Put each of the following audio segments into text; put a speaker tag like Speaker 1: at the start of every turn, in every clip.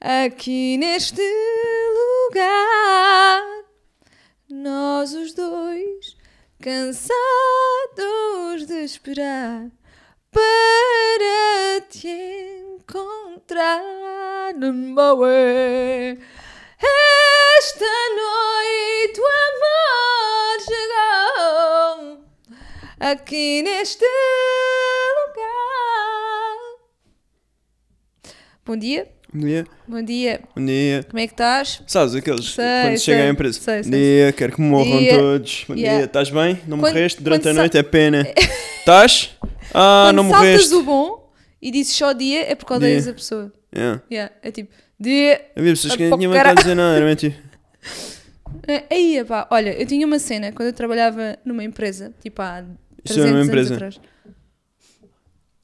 Speaker 1: Aqui neste lugar, nós os dois, cansados de esperar para te encontrar no Mauê. Esta noite o amor chegou aqui neste lugar. Bom dia,
Speaker 2: Bom dia,
Speaker 1: bom dia.
Speaker 2: bom dia.
Speaker 1: Como é que estás?
Speaker 2: Sabes aqueles
Speaker 1: Sei, sei.
Speaker 2: quando chegam à empresa?
Speaker 1: Sei, sei,
Speaker 2: bom dia, quero que morram
Speaker 1: Dia.
Speaker 2: todos. Bom
Speaker 1: Yeah.
Speaker 2: dia, estás bem? Não
Speaker 1: Quando-
Speaker 2: morreste durante a
Speaker 1: quando sa-
Speaker 2: noite? É pena. Estás? Ah,
Speaker 1: Quando
Speaker 2: não
Speaker 1: saltas
Speaker 2: morreste.
Speaker 1: o bom e dizes só dia é porque odeias a pessoa.
Speaker 2: Yeah.
Speaker 1: Yeah, é tipo, dia.
Speaker 2: Havia pessoas
Speaker 1: Ah,
Speaker 2: que nem
Speaker 1: pá,
Speaker 2: tinham vontade
Speaker 1: caralho.
Speaker 2: de dizer nada, era tipo, mentira.
Speaker 1: É, Aí, pá, olha, eu tinha uma cena quando eu trabalhava numa empresa, tipo há 300
Speaker 2: Isso era numa
Speaker 1: anos
Speaker 2: empresa.
Speaker 1: atrás.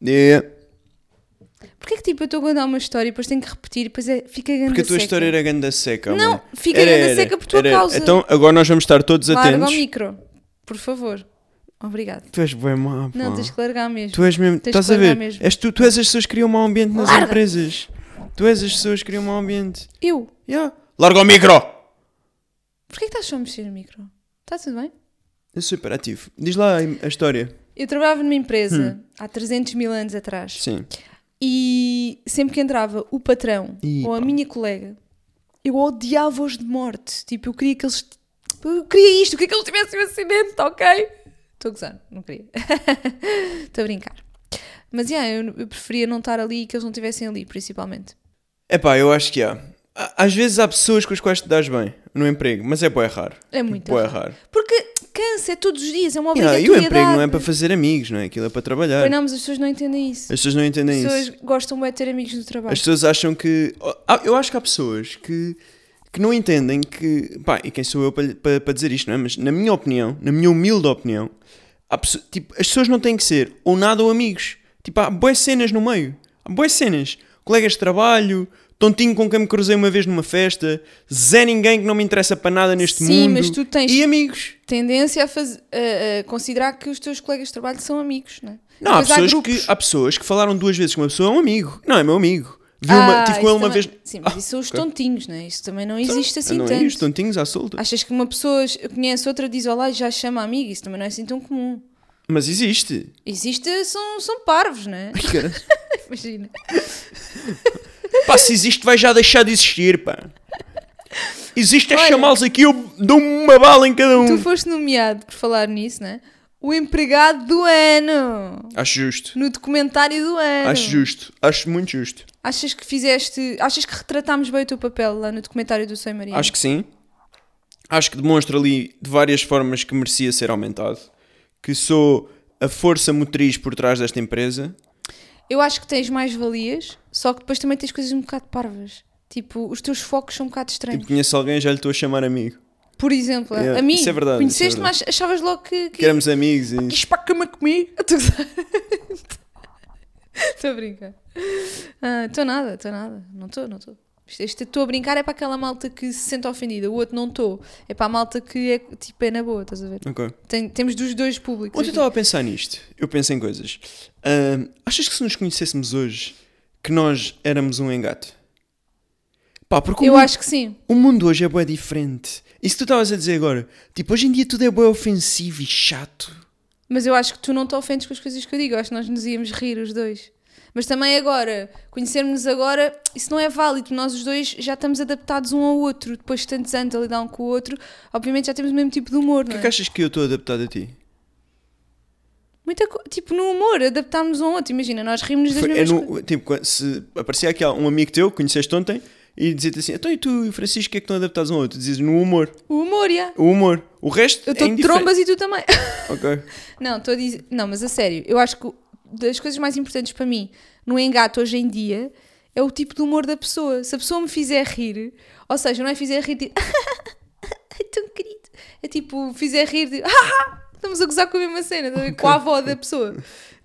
Speaker 2: Dia.
Speaker 1: Porquê que tipo, eu estou a contar uma história e depois tenho que repetir e depois é, fica grande
Speaker 2: Porque a tua
Speaker 1: seca.
Speaker 2: história era ganda seca.
Speaker 1: Não,
Speaker 2: mano.
Speaker 1: fica
Speaker 2: Era,
Speaker 1: ganda
Speaker 2: era,
Speaker 1: seca por tua
Speaker 2: era.
Speaker 1: causa.
Speaker 2: Então agora nós vamos estar todos
Speaker 1: Larga o
Speaker 2: atentos.
Speaker 1: micro, por favor. Obrigado.
Speaker 2: Tu és bem má, pá.
Speaker 1: Não, tens que largar mesmo.
Speaker 2: Ah. Tu és mesmo,
Speaker 1: Tens
Speaker 2: estás
Speaker 1: que
Speaker 2: a
Speaker 1: largar
Speaker 2: ver?
Speaker 1: mesmo.
Speaker 2: És tu, tu és as pessoas que criam um mau ambiente nas
Speaker 1: Larga.
Speaker 2: empresas. Tu és as pessoas que criam um mau ambiente.
Speaker 1: Eu?
Speaker 2: Yeah. Larga o micro!
Speaker 1: Porquê que estás só a mexer no micro? Está tudo bem?
Speaker 2: É super ativo. Diz lá a história.
Speaker 1: Eu trabalhava numa empresa
Speaker 2: Hum.
Speaker 1: há 300 mil anos atrás
Speaker 2: Sim.
Speaker 1: e sempre que entrava o patrão
Speaker 2: Ih,
Speaker 1: ou a
Speaker 2: pá.
Speaker 1: minha colega, eu odiava-os de morte. Tipo, eu queria que eles. tipo, Eu queria isto, eu queria que eles tivessem um acidente, ok? Estou a gozar, não queria. Estou a brincar. Mas yeah, eu, eu preferia não estar ali e que eles não estivessem ali, principalmente.
Speaker 2: Epá, eu acho que há. Á- Às vezes há pessoas com as quais te dás bem no emprego, mas é bué raro.
Speaker 1: É muito
Speaker 2: Bué
Speaker 1: raro.
Speaker 2: raro.
Speaker 1: Porque cansa, é todos os dias, é uma
Speaker 2: Yeah,
Speaker 1: obrigatoriedade.
Speaker 2: e o emprego não é para fazer amigos, não é? Aquilo é para trabalhar.
Speaker 1: Pois não, mas as pessoas não entendem isso.
Speaker 2: As pessoas não
Speaker 1: As
Speaker 2: entendem
Speaker 1: pessoas
Speaker 2: isso.
Speaker 1: gostam bem de ter amigos no trabalho.
Speaker 2: As pessoas acham que... Oh, há- Eu acho que há pessoas que, que não entendem que... Pá, e quem sou eu para, lhe- para, para dizer isto, não é? Mas na minha opinião, na minha humilde opinião, há pesso- tipo, as pessoas não têm que ser ou nada ou amigos. Tipo, há boas cenas no meio. Há boas cenas. Colegas de trabalho, tontinho com quem me cruzei uma vez numa festa, zé ninguém que não me interessa para nada neste
Speaker 1: Sim,
Speaker 2: mundo.
Speaker 1: mas tu tens-
Speaker 2: E amigos.
Speaker 1: tendência a, faz- a- a considerar que os teus colegas de trabalho são amigos, não é?
Speaker 2: Não, há
Speaker 1: Depois
Speaker 2: pessoas,
Speaker 1: grupos.
Speaker 2: que, há pessoas que falaram duas vezes com uma pessoa, é um amigo. Não, é meu amigo. Vi uma,
Speaker 1: Ah,
Speaker 2: tive com
Speaker 1: isso
Speaker 2: ele uma
Speaker 1: também-
Speaker 2: vez...
Speaker 1: Sim, mas
Speaker 2: Ah,
Speaker 1: isso são os
Speaker 2: ok. ah,
Speaker 1: tontinhos, não é? Isso também não existe assim
Speaker 2: Andam aí
Speaker 1: tanto.
Speaker 2: os tontinhos à solta.
Speaker 1: Achas que uma pessoa conhece outra, diz olá e já chama amigo? Isso também não é assim tão comum.
Speaker 2: Mas existe.
Speaker 1: Existe, são, são parvos, não é?
Speaker 2: Ai, caralho.
Speaker 1: Imagina.
Speaker 2: pá, se existe, vai já deixar de existir, pá. Existe é
Speaker 1: Olha.
Speaker 2: chamá-los aqui, eu dou uma bala em cada
Speaker 1: Tu
Speaker 2: um.
Speaker 1: foste nomeado, por falar nisso, não é? O empregado do ano!
Speaker 2: Acho justo.
Speaker 1: No documentário do ano!
Speaker 2: Acho justo. Acho muito justo.
Speaker 1: Achas que fizeste. Achas que retratámos bem o teu papel lá no documentário do Sem Maria?
Speaker 2: Acho que sim. Acho que demonstra ali de várias formas que merecia ser aumentado. Que sou a força motriz por trás desta empresa.
Speaker 1: Eu acho que tens mais valias, só que depois também tens coisas um bocado parvas. Tipo, os teus focos são um bocado estranhos.
Speaker 2: Tipo, conheço alguém, já lhe estou a chamar amigo.
Speaker 1: Por exemplo,
Speaker 2: Yeah,
Speaker 1: a mim,
Speaker 2: isso é verdade, isso
Speaker 1: conheceste,
Speaker 2: é
Speaker 1: mas achavas logo que.
Speaker 2: Que
Speaker 1: que...
Speaker 2: éramos amigos e.
Speaker 1: Quis para a cama comigo? Eu Estou a gozar. Estou a brincar. Ah, Estou nada, estou nada. Não estou, não estou. Isto- isto Estou a brincar é para aquela malta que se sente ofendida, o outro não estou. É para a malta que é tipo é na boa, estás a ver?
Speaker 2: Ok.
Speaker 1: Tem- temos dos dois públicos.
Speaker 2: Ontem
Speaker 1: aqui.
Speaker 2: eu estava a pensar nisto. Eu penso em coisas. Ahm, achas que se nos conhecêssemos hoje, que nós éramos um engate? Pá, porque o,
Speaker 1: Eu
Speaker 2: mundo,
Speaker 1: acho que sim.
Speaker 2: o mundo hoje é bué diferente. Isso que tu estavas a dizer agora. Tipo, hoje em dia tudo é bué ofensivo e chato.
Speaker 1: Mas eu acho que tu não te ofendes com as coisas que eu digo. Eu acho que nós nos íamos rir os dois. Mas também agora, conhecermos-nos agora, isso não é válido. Nós os dois já estamos adaptados um ao outro. Depois de tantos anos a lidar um com o outro, obviamente já temos o mesmo tipo de humor,
Speaker 2: O que
Speaker 1: não
Speaker 2: é
Speaker 1: é?
Speaker 2: que achas que eu estou adaptado a ti?
Speaker 1: Muita co- Tipo, no humor, adaptámos um ao outro. Imagina, nós rimos das
Speaker 2: Foi- é
Speaker 1: mesmas
Speaker 2: no-
Speaker 1: coisas.
Speaker 2: tipo, quando- se aparecia aqui um amigo teu que conheceste ontem e dizia-te assim: Então e tu e o Francisco, o que é que estão adaptados um ao outro? Dizes no humor.
Speaker 1: O humor, já.
Speaker 2: O humor. O resto
Speaker 1: Eu estou
Speaker 2: é
Speaker 1: de
Speaker 2: indiferente.
Speaker 1: trombas e tu também.
Speaker 2: Ok.
Speaker 1: Não, estou a dizer. Não, mas a sério, eu acho que das coisas mais importantes para mim no engato hoje em dia é o tipo de humor da pessoa. Se a pessoa me fizer rir, ou seja, não é fizer rir tipo. Ai, tão querido. É tipo, fizer rir tipo. Estamos a gozar com a mesma cena, estás a ver? com a avó da pessoa.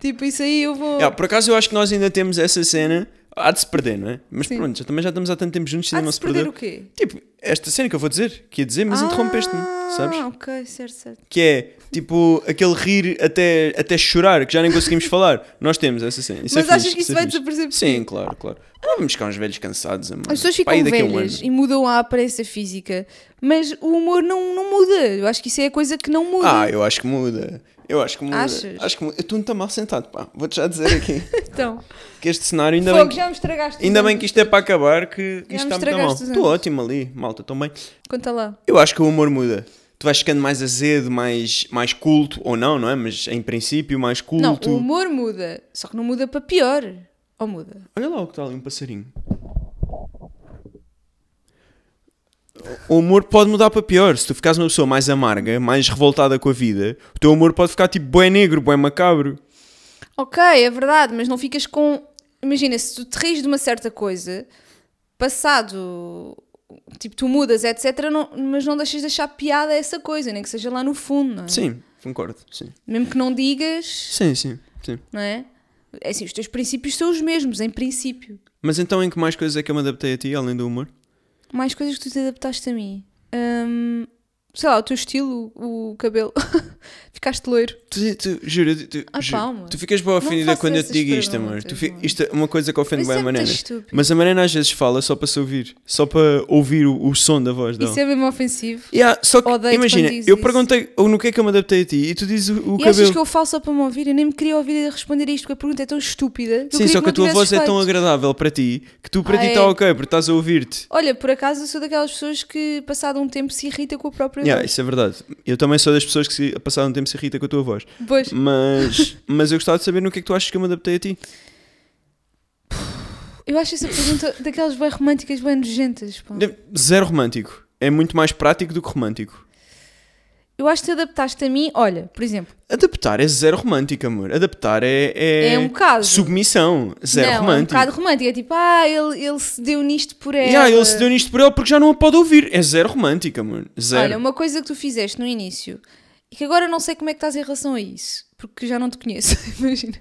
Speaker 1: Tipo, isso aí eu vou.
Speaker 2: Yeah, por acaso eu acho que nós ainda temos essa cena. Há de se perder, não é? Mas
Speaker 1: Sim.
Speaker 2: pronto, já, também já estamos há tanto tempo juntos,
Speaker 1: Há
Speaker 2: ainda
Speaker 1: de
Speaker 2: não
Speaker 1: se
Speaker 2: se
Speaker 1: perder
Speaker 2: perdeu.
Speaker 1: o Ah. quê?
Speaker 2: Tipo, esta cena que eu vou dizer, que ia dizer, mas interrompeste-me, sabes?
Speaker 1: Ah, ok, certo, certo.
Speaker 2: Que é tipo aquele rir até, até chorar, que já nem conseguimos falar. Nós temos essa cena. Isso é
Speaker 1: Mas achas
Speaker 2: fixe,
Speaker 1: que isso
Speaker 2: é
Speaker 1: vai
Speaker 2: fixe.
Speaker 1: desaparecer por
Speaker 2: Sim, claro, claro. Ah, vamos ficar uns velhos cansados, amor.
Speaker 1: As pessoas
Speaker 2: Pá,
Speaker 1: ficam
Speaker 2: e daqui a um
Speaker 1: velhas
Speaker 2: ano?
Speaker 1: e mudam a aparência física, mas o humor não, não muda. Eu acho que isso é a coisa que não muda.
Speaker 2: Ah, eu acho que muda. Eu acho que muda.
Speaker 1: Achas?
Speaker 2: Acho que muda. Eu estou muito mal sentado, pá. Vou-te já dizer aqui
Speaker 1: então,
Speaker 2: que este cenário ainda
Speaker 1: fogo,
Speaker 2: bem. que-
Speaker 1: já me estragaste.
Speaker 2: Ainda
Speaker 1: os
Speaker 2: bem
Speaker 1: anos.
Speaker 2: que isto é para acabar, que
Speaker 1: Já me
Speaker 2: isto está muito mal.
Speaker 1: estragaste os
Speaker 2: Estou
Speaker 1: anos.
Speaker 2: ótimo ali, malta, estou bem.
Speaker 1: Conta lá.
Speaker 2: Eu acho que o humor muda. Tu vais ficando mais azedo, mais, mais culto, ou não, não é? Mas em princípio, mais culto.
Speaker 1: Não, o humor muda, só que não muda para pior. Ou muda?
Speaker 2: Olha lá o que está ali, um passarinho. O humor pode mudar para pior. Se tu ficares uma pessoa mais amarga, mais revoltada com a vida, o teu humor pode ficar tipo bué negro, bué macabro.
Speaker 1: Ok, é verdade, mas não ficas com. Imagina, se tu te rires de uma certa coisa, passado. Tipo, tu mudas, etc., não- mas não deixas de achar piada a essa coisa, nem que seja lá no fundo, não é?
Speaker 2: Sim, concordo. Sim,
Speaker 1: Mesmo que não digas,
Speaker 2: sim, sim. sim.
Speaker 1: não é? É assim, os teus princípios são os mesmos, em princípio.
Speaker 2: Mas então em que mais coisas é que eu me adaptei a ti, além do humor?
Speaker 1: Mais coisas que tu te adaptaste a mim. Hum, sei lá, o teu estilo, o o cabelo. Ficaste loiro.
Speaker 2: Tu, tu, juro, tu, tu,
Speaker 1: Ah,
Speaker 2: juro.
Speaker 1: pá, amor.
Speaker 2: tu ficas bem ofendida
Speaker 1: faças
Speaker 2: quando eu te
Speaker 1: essas
Speaker 2: digo isto, amor.
Speaker 1: perguntas,
Speaker 2: Tu fi-
Speaker 1: amor.
Speaker 2: isto é uma coisa que ofende
Speaker 1: Isso
Speaker 2: bem
Speaker 1: é
Speaker 2: a
Speaker 1: muito
Speaker 2: Mariana.
Speaker 1: estúpido.
Speaker 2: Mas a Mariana às vezes fala só para se ouvir, só para ouvir o, o som da voz dela.
Speaker 1: Isso é mesmo ofensivo.
Speaker 2: Yeah, só que
Speaker 1: Odeio-te
Speaker 2: imagina,
Speaker 1: quando dizes
Speaker 2: eu
Speaker 1: isso.
Speaker 2: perguntei o no que é que eu me adaptei a ti e tu dizes o, o
Speaker 1: e achas
Speaker 2: cabelo.
Speaker 1: que eu falo só para me ouvir? Eu nem me queria ouvir a responder a isto, porque a pergunta é tão estúpida. Eu
Speaker 2: Sim,
Speaker 1: queria
Speaker 2: só que a
Speaker 1: não
Speaker 2: tua voz
Speaker 1: tivesses
Speaker 2: é tão
Speaker 1: feito.
Speaker 2: agradável para ti que tu para
Speaker 1: Ah,
Speaker 2: ti está
Speaker 1: é?
Speaker 2: ok, porque estás a ouvir-te.
Speaker 1: Olha, por acaso eu sou daquelas pessoas que, passado um tempo, se irrita com a própria
Speaker 2: Yeah,
Speaker 1: voz.
Speaker 2: isso é verdade. Eu também sou das pessoas que se, passaram um tempo se irrita com a tua voz.
Speaker 1: Pois,
Speaker 2: Mas, mas eu gostava de saber no que é que tu achas que eu me adaptei a ti.
Speaker 1: eu acho essa pergunta daquelas bem românticas, bem nojentas. pá.
Speaker 2: De- Zero romântico. É muito mais prático do que romântico.
Speaker 1: Eu acho que te adaptaste a mim. Olha, por exemplo,
Speaker 2: Adaptar é zero romântico, amor. Adaptar é. É,
Speaker 1: É um bocado.
Speaker 2: Submissão. Zero
Speaker 1: não, é um
Speaker 2: romântico.
Speaker 1: bocado eh, romântico. É tipo, ah, ele, ele se deu nisto por ela.
Speaker 2: Yeah, ele se deu nisto por ela porque já não a pode ouvir. É zero romântica, mano. Zero.
Speaker 1: Olha, uma coisa que tu fizeste no início e que agora eu não sei como é que estás em relação a isso, porque já não te conheço, imagina.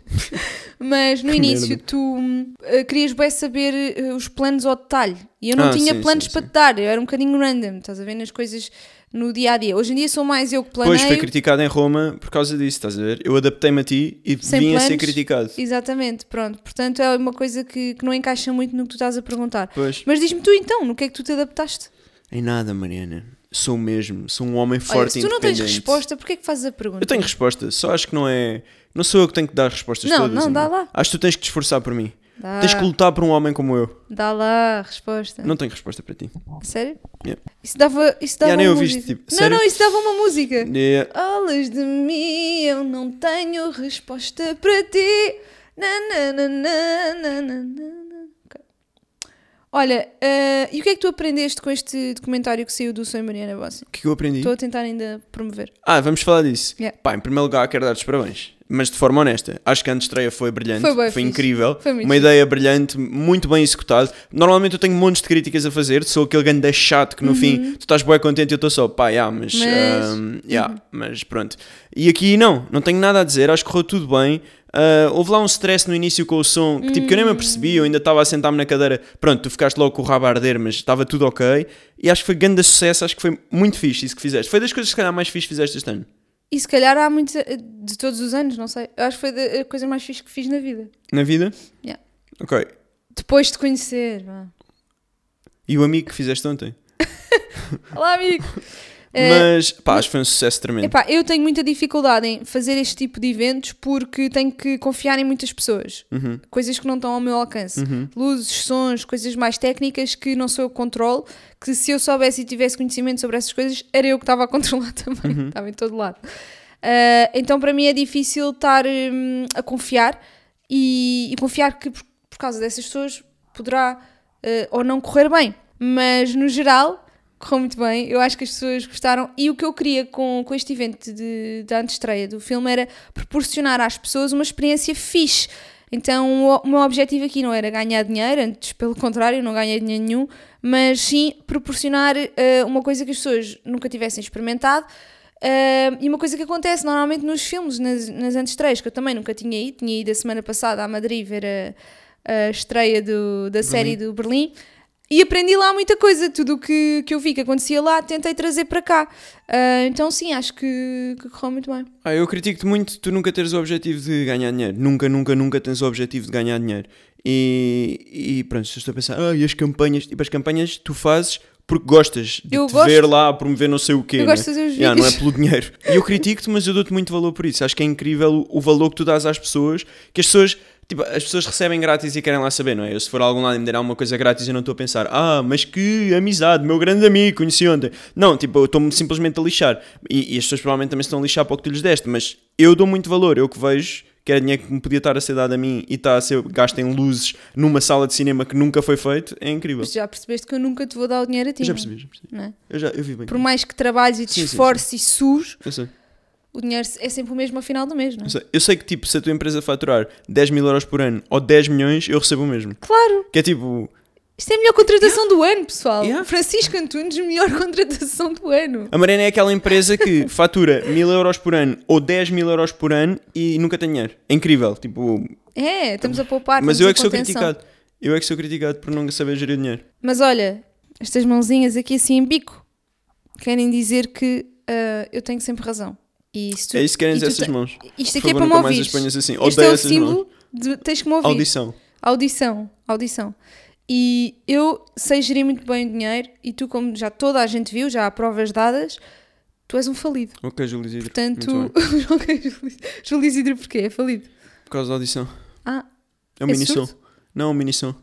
Speaker 1: Mas no início tu hum, eh, querias bem saber eh, os planos ao detalhe e eu não
Speaker 2: Ah,
Speaker 1: tinha
Speaker 2: sim,
Speaker 1: planos
Speaker 2: sim,
Speaker 1: para
Speaker 2: sim.
Speaker 1: te dar, eu era um bocadinho random, estás a ver nas coisas no dia a dia. Hoje em dia sou mais eu que planeio.
Speaker 2: Depois foi criticado em Roma por causa disso, estás a ver? Eu adaptei-me a ti e
Speaker 1: Sem
Speaker 2: vim a ser
Speaker 1: planos.
Speaker 2: criticado.
Speaker 1: Exatamente, pronto. Portanto, é uma coisa que, que não encaixa muito no que tu estás a perguntar.
Speaker 2: Pois.
Speaker 1: Mas diz-me tu então, no que é que tu te adaptaste?
Speaker 2: Em nada, Mariana. Sou o mesmo. Sou um homem
Speaker 1: Olha,
Speaker 2: forte
Speaker 1: se
Speaker 2: e
Speaker 1: tu não tens
Speaker 2: independente.
Speaker 1: resposta, porquê é que fazes a pergunta?
Speaker 2: Eu tenho resposta, só acho que não é. Não sou eu que tenho que dar respostas
Speaker 1: Não,
Speaker 2: todas.
Speaker 1: não, dá
Speaker 2: amor.
Speaker 1: lá. Ah.
Speaker 2: Acho que tu tens que te esforçar por mim.
Speaker 1: Dá,
Speaker 2: Tens que lutar por um homem como eu.
Speaker 1: dá lá a resposta.
Speaker 2: Não tenho resposta para ti.
Speaker 1: Sério?
Speaker 2: Yeah.
Speaker 1: Isso dava, isso dava
Speaker 2: Yeah, nem
Speaker 1: uma
Speaker 2: ouviste,
Speaker 1: música.
Speaker 2: tipo,
Speaker 1: não,
Speaker 2: sério?
Speaker 1: não, isso dava uma música.
Speaker 2: Yeah.
Speaker 1: Olhas de mim, eu não tenho resposta para ti. Na, na, na, na, na, na, na, na. Ok. Olha, eh, e o que é que tu aprendeste com este documentário que saiu do Sonho Mariana Bossi?
Speaker 2: O que é que eu aprendi?
Speaker 1: Estou a tentar ainda promover.
Speaker 2: Ah, vamos falar disso.
Speaker 1: Yeah.
Speaker 2: Pá, em primeiro lugar, quero dar-te os parabéns. Mas de forma honesta, acho que a estreia foi brilhante,
Speaker 1: Foi bué fixe.
Speaker 2: incrível,
Speaker 1: Foi muito
Speaker 2: uma ideia brilhante, muito bem executado. Normalmente eu tenho montes de críticas a fazer, sou aquele ganda chato que no fim tu estás bem contente e eu estou só, pá, yeah, mas,
Speaker 1: Uhum. Mas- Uhum.
Speaker 2: ahm, yeah, mas pronto. E aqui não, não tenho nada a dizer, acho que correu tudo bem. Ah, houve lá um stress no início com o som, que, tipo, que eu nem me apercebi, eu ainda estava a sentar-me na cadeira. Pronto, tu ficaste logo com o rabo a arder, mas estava tudo ok. E acho que foi grande sucesso, acho que foi muito fixe isso que fizeste. Foi das coisas que se calhar mais fixe fizeste este ano.
Speaker 1: E se calhar há muitos eh, de todos os anos, não sei. Eu acho que foi da- a coisa mais fixe que fiz na vida.
Speaker 2: Na vida?
Speaker 1: Yeah.
Speaker 2: Ok.
Speaker 1: Depois de te conhecer. vá.
Speaker 2: E o amigo que fizeste ontem?
Speaker 1: Olá, amigo! Eh,
Speaker 2: mas, pá, acho que foi um sucesso tremendo.
Speaker 1: Epá, eu tenho muita dificuldade em fazer este tipo de eventos porque tenho que confiar em muitas pessoas. Coisas que não estão ao meu alcance. Luzes, sons, coisas mais técnicas que não sou eu que controlo. Que se eu soubesse e tivesse conhecimento sobre essas coisas, era eu que estava a controlar também. Estava em todo lado. Ah, então, para mim, é difícil estar hum, a confiar e, e confiar que por, por causa dessas pessoas poderá eh, ou não correr bem. Mas no geral, correu muito bem. Eu acho que as pessoas gostaram. E o que eu queria com, com este evento de, da antestreia do filme era proporcionar às pessoas uma experiência fixe. Então, o, o meu objetivo aqui não era ganhar dinheiro, antes pelo contrário, não ganhei dinheiro nenhum, mas sim proporcionar eh, uma coisa que as pessoas nunca tivessem experimentado. Eh, e uma coisa que acontece normalmente nos filmes, nas, nas antestreias, que eu também nunca tinha ido, tinha ido a semana passada a Madrid ver a, a estreia do, da série do Berlim. E aprendi lá muita coisa, tudo o que, que eu vi que acontecia lá, tentei trazer para cá. Ah, então, sim, acho que, que correu muito bem.
Speaker 2: Ah, eu critico-te muito tu nunca teres o objetivo de ganhar dinheiro. Nunca, nunca, nunca tens o objetivo de ganhar dinheiro. E, e pronto, se eu estou a pensar, ah, e as campanhas? Tipo, as campanhas tu fazes porque gostas de
Speaker 1: Eu
Speaker 2: te
Speaker 1: gosto.
Speaker 2: ver lá a promover não sei o quê.
Speaker 1: Eu
Speaker 2: né?
Speaker 1: gosto de fazer os
Speaker 2: Yeah, não é
Speaker 1: vídeos.
Speaker 2: pelo dinheiro. E eu critico-te, mas eu dou-te muito valor por isso. Acho que é incrível o, o valor que tu dás às pessoas, que as pessoas. Tipo, as pessoas recebem grátis e querem lá saber, não é? Eu, se for a algum lado e me der alguma coisa grátis, eu não estou a pensar, ah, mas que amizade, meu grande amigo, conheci ontem. Não, tipo, eu estou-me simplesmente a lixar. E, e as pessoas provavelmente também se estão a lixar para o que tu lhes deste, mas eu dou muito valor, eu que vejo que era dinheiro que me podia estar a ser dado a mim e está a ser gasto em luzes numa sala de cinema que nunca foi feito, é incrível.
Speaker 1: Mas já percebeste que eu nunca te vou dar o dinheiro a ti.
Speaker 2: Eu já
Speaker 1: não é?
Speaker 2: percebi, já percebi.
Speaker 1: Não é?
Speaker 2: Eu já eu vi bem.
Speaker 1: Por mais que trabalhes e te
Speaker 2: Sim, sim, sim.
Speaker 1: esforces e sujo,
Speaker 2: Eu sei.
Speaker 1: o dinheiro é sempre o mesmo ao final do mês, não é?
Speaker 2: Eu sei, eu sei que, tipo, se a tua empresa faturar 10 mil euros por ano ou 10 milhões, eu recebo o mesmo.
Speaker 1: Claro,
Speaker 2: Que é tipo,
Speaker 1: isto é a melhor contratação do ano, pessoal.
Speaker 2: Yeah.
Speaker 1: Francisco Antunes, melhor contratação do ano.
Speaker 2: a Mariana é aquela empresa que fatura mil euros por ano ou 10 mil euros por ano e nunca tem dinheiro. É incrível, tipo,
Speaker 1: É, estamos a poupar. estamos
Speaker 2: mas eu
Speaker 1: em
Speaker 2: é que sou
Speaker 1: contenção.
Speaker 2: criticado. Eu é que sou criticado por nunca saber gerir dinheiro.
Speaker 1: Mas olha, estas mãozinhas aqui assim em bico querem dizer que ah, eu tenho sempre razão. E isto,
Speaker 2: É isso que querem
Speaker 1: e
Speaker 2: dizer
Speaker 1: tu
Speaker 2: essas
Speaker 1: te-
Speaker 2: mãos.
Speaker 1: Isto
Speaker 2: Por
Speaker 1: aqui é
Speaker 2: favor,
Speaker 1: para me
Speaker 2: nunca mais
Speaker 1: ouvir.
Speaker 2: as ponhas assim.
Speaker 1: Este
Speaker 2: Odeio
Speaker 1: é o
Speaker 2: essas mãos.
Speaker 1: símbolo de tens que me ouvir.
Speaker 2: Audição.
Speaker 1: Audição, audição. E eu sei gerir muito bem o dinheiro e tu, como já toda a gente viu, já há provas dadas, tu és um falido.
Speaker 2: Ok, Júlio Isidro.
Speaker 1: Portanto,
Speaker 2: Muito bem.
Speaker 1: Ok, Júlio- Júlio Isidro porquê? É falido.
Speaker 2: Por causa da audição.
Speaker 1: Ah,
Speaker 2: É um
Speaker 1: É
Speaker 2: mini som.
Speaker 1: surdo?
Speaker 2: Não, é um mini som.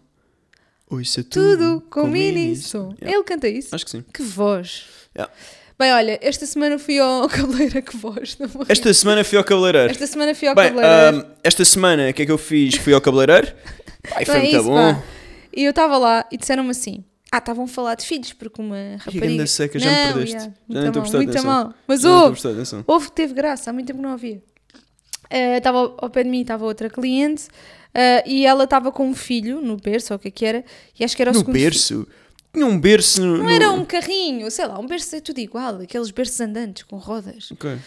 Speaker 2: Ouça tudo,
Speaker 1: tudo com mini som.
Speaker 2: Yeah.
Speaker 1: Ele canta isso.
Speaker 2: Acho que sim.
Speaker 1: Que voz.
Speaker 2: Yeah.
Speaker 1: Bem, olha, esta semana fui ao cabeleireiro que voz. não vou rir.
Speaker 2: Esta semana fui ao cabeleireiro.
Speaker 1: Esta semana fui ao
Speaker 2: Bem, um,
Speaker 1: cabeleireiro.
Speaker 2: ahm, esta semana o que é que eu fiz? Fui ao cabeleireiro. Ai,
Speaker 1: Então
Speaker 2: foi
Speaker 1: é
Speaker 2: muito
Speaker 1: isso,
Speaker 2: bom.
Speaker 1: vá. E eu estava lá e disseram-me assim: Ah, estavam a falar de filhos, porque uma
Speaker 2: Que
Speaker 1: rapariga.
Speaker 2: grande seca, já me
Speaker 1: Não,
Speaker 2: perdeste.
Speaker 1: yeah,
Speaker 2: Já nem estou a
Speaker 1: muito
Speaker 2: prestar
Speaker 1: mal, muito
Speaker 2: atenção.
Speaker 1: mal. Mas
Speaker 2: Já não estou a
Speaker 1: houve,
Speaker 2: prestar atenção.
Speaker 1: houve que teve graça, há muito tempo que não havia. Eh, Estava ao- ao pé de mim, estava outra cliente eh, e ela estava com um filho no berço, ou o que é que era, e acho que era o
Speaker 2: No
Speaker 1: segundo. filho.
Speaker 2: berço? Tinha um berço no.
Speaker 1: Não era um carrinho, sei lá, um berço é tudo igual, aqueles berços andantes com rodas.
Speaker 2: Ok.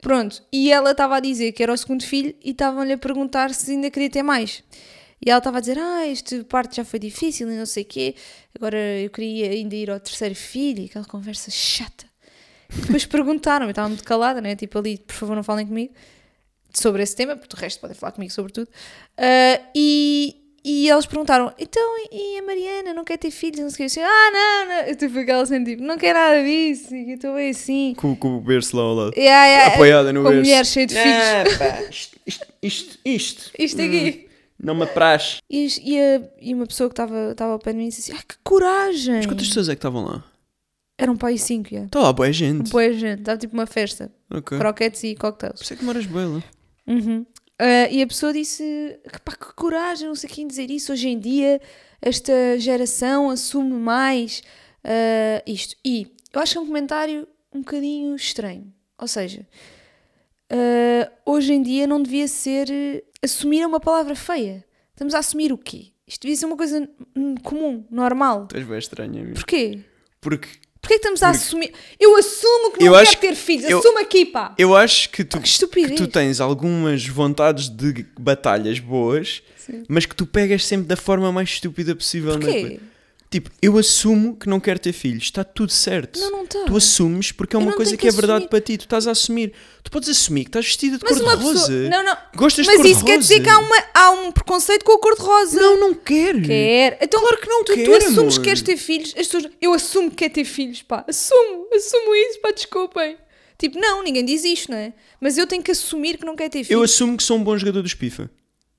Speaker 1: Pronto, e ela estava a dizer que era o segundo filho e estavam-lhe a perguntar se ainda queria ter mais. E ela estava a dizer, ah, este parte já foi difícil e não sei o quê, agora eu queria ainda ir ao terceiro filho, e aquela conversa chata. E depois perguntaram, eu estava muito calada, né? tipo ali, por favor não falem comigo, sobre esse tema, porque o resto podem falar comigo sobre tudo. Ah, e, e eles perguntaram, então, e a Mariana não quer ter filhos, não sei o quê. Eu disse, ah, não, não, eu tipo aquela cena, tipo, não quer nada disso, e eu estou bem assim.
Speaker 2: Com, com o berço lá ao lado.
Speaker 1: Yeah, yeah,
Speaker 2: Apoiada no
Speaker 1: É, com a
Speaker 2: berço.
Speaker 1: mulher cheia de filhos.
Speaker 2: Ah, pá, isto, isto, isto, isto.
Speaker 1: Isto aqui.
Speaker 2: Hum.
Speaker 1: Hum.
Speaker 2: Não me apraz.
Speaker 1: E, as- e a- e uma pessoa que estava estava ao pé de mim disse assim: Ai, que coragem!
Speaker 2: Mas quantas pessoas é que estavam lá?
Speaker 1: Era um pai e cinco, yeah.
Speaker 2: Está lá, boa gente.
Speaker 1: Boa gente, estava tipo uma festa,
Speaker 2: Ok. Por
Speaker 1: croquetes e cocktails.
Speaker 2: isso é que moras bem lá.
Speaker 1: Uhum. Ah, e a pessoa disse: que, pá, que coragem, não sei quem dizer isso. Hoje em dia, esta geração assume mais ah, isto. E eu acho que é um comentário um bocadinho estranho. Ou seja, ah, hoje em dia não devia ser. eh, Assumir é uma palavra feia. Estamos a assumir o quê? Isto devia ser uma coisa hum, comum, normal.
Speaker 2: Estás bem estranha, mesmo.
Speaker 1: Porquê?
Speaker 2: Porque
Speaker 1: Porquê é que estamos a assumir? Eu assumo que
Speaker 2: Eu
Speaker 1: não
Speaker 2: acho
Speaker 1: quero
Speaker 2: que-
Speaker 1: ter filhos,
Speaker 2: eu-
Speaker 1: assumo aqui, pá!
Speaker 2: eu acho que tu,
Speaker 1: Que estupidez!
Speaker 2: que tu tens algumas vontades de batalhas boas, mas que tu pegas sempre da forma mais estúpida possível. na
Speaker 1: Porquê?
Speaker 2: coisa. Tipo, eu assumo que não quero ter filhos, está tudo certo.
Speaker 1: Não, não está.
Speaker 2: Tu assumes porque é
Speaker 1: Eu
Speaker 2: uma
Speaker 1: não
Speaker 2: coisa
Speaker 1: tenho
Speaker 2: que,
Speaker 1: que
Speaker 2: é verdade
Speaker 1: assumir.
Speaker 2: para ti, tu estás a assumir. Tu podes assumir que estás vestida de
Speaker 1: Mas uma
Speaker 2: cor-de-rosa.
Speaker 1: pessoa. Não, não.
Speaker 2: Gostas de
Speaker 1: Mas
Speaker 2: cor-de-rosa?
Speaker 1: isso quer dizer que há, uma, há um preconceito com a cor-de-rosa.
Speaker 2: Não, não quero.
Speaker 1: Quer. Então, claro que não. Tu, tu
Speaker 2: quero,
Speaker 1: assumes
Speaker 2: amor.
Speaker 1: que queres ter filhos. As pessoas, eu assumo que quer ter filhos, pá. Assumo. Assumo isso, pá. Desculpem. Tipo, não, ninguém diz isto, não é? Mas eu tenho que assumir que não quer ter filhos.
Speaker 2: Eu assumo que sou um bom jogador dos FIFA.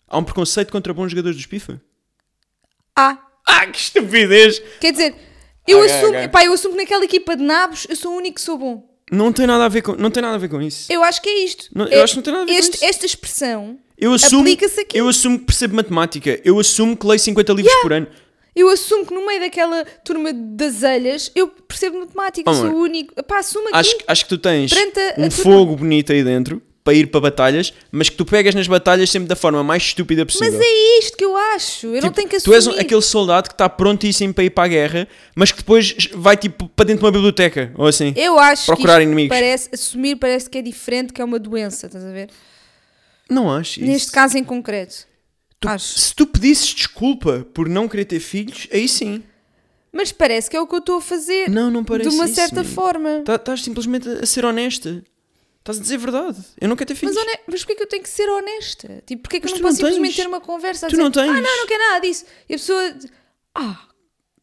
Speaker 2: Há um preconceito contra bons jogadores dos FIFA?
Speaker 1: Ah,
Speaker 2: Ah, que estupidez!
Speaker 1: quer dizer, eu
Speaker 2: Ok,
Speaker 1: assumo.
Speaker 2: ok.
Speaker 1: Pá, eu assumo que naquela equipa de nabos eu sou o único que sou bom.
Speaker 2: Não tem nada a ver com, não tem nada a ver com isso.
Speaker 1: Eu acho que é isto.
Speaker 2: Não,
Speaker 1: É-
Speaker 2: eu acho que não tem nada a ver com
Speaker 1: este-
Speaker 2: isso.
Speaker 1: Esta expressão,
Speaker 2: Eu assumo,
Speaker 1: Aplica-se aqui.
Speaker 2: eu assumo que percebo matemática. Eu assumo que leio 50 livros por ano.
Speaker 1: eu assumo que no meio daquela turma das elhas, eu percebo matemática,
Speaker 2: Oh,
Speaker 1: sou
Speaker 2: amor.
Speaker 1: o único. Pá, assumo aqui.
Speaker 2: Acho, que- acho que tu tens
Speaker 1: Perante a- a
Speaker 2: um
Speaker 1: tua-
Speaker 2: fogo bonito aí dentro para ir para batalhas, mas que tu pegas nas batalhas sempre da forma mais estúpida possível.
Speaker 1: Mas é isto que eu acho. Eu não
Speaker 2: Tipo,
Speaker 1: tenho que
Speaker 2: tu
Speaker 1: assumir.
Speaker 2: és um- aquele soldado que está prontíssimo para ir para a guerra, mas que depois vai tipo para dentro de uma biblioteca ou assim.
Speaker 1: Eu acho
Speaker 2: procurar
Speaker 1: que isto
Speaker 2: inimigos.
Speaker 1: parece assumir parece que é diferente, que é uma doença, estás a ver?
Speaker 2: Não acho isso.
Speaker 1: É. Neste caso em concreto.
Speaker 2: Tu-
Speaker 1: acho.
Speaker 2: Se tu pedisses desculpa por não querer ter filhos, aí sim.
Speaker 1: Mas parece que é o que eu estou a fazer.
Speaker 2: Não, não parece
Speaker 1: De uma
Speaker 2: isso,
Speaker 1: certa
Speaker 2: meu.
Speaker 1: forma.
Speaker 2: Tá- Estás simplesmente a ser honesta. Estás a dizer verdade. Eu não quero ter filhos.
Speaker 1: Mas, hone- mas porquê que eu tenho que ser honesta? Tipo, porquê que
Speaker 2: Mas
Speaker 1: eu
Speaker 2: tu
Speaker 1: não posso
Speaker 2: não tens.
Speaker 1: simplesmente ter uma conversa a
Speaker 2: Tu
Speaker 1: dizer,
Speaker 2: não tens.
Speaker 1: Ah, não, não quero nada disso. E a pessoa... Ah,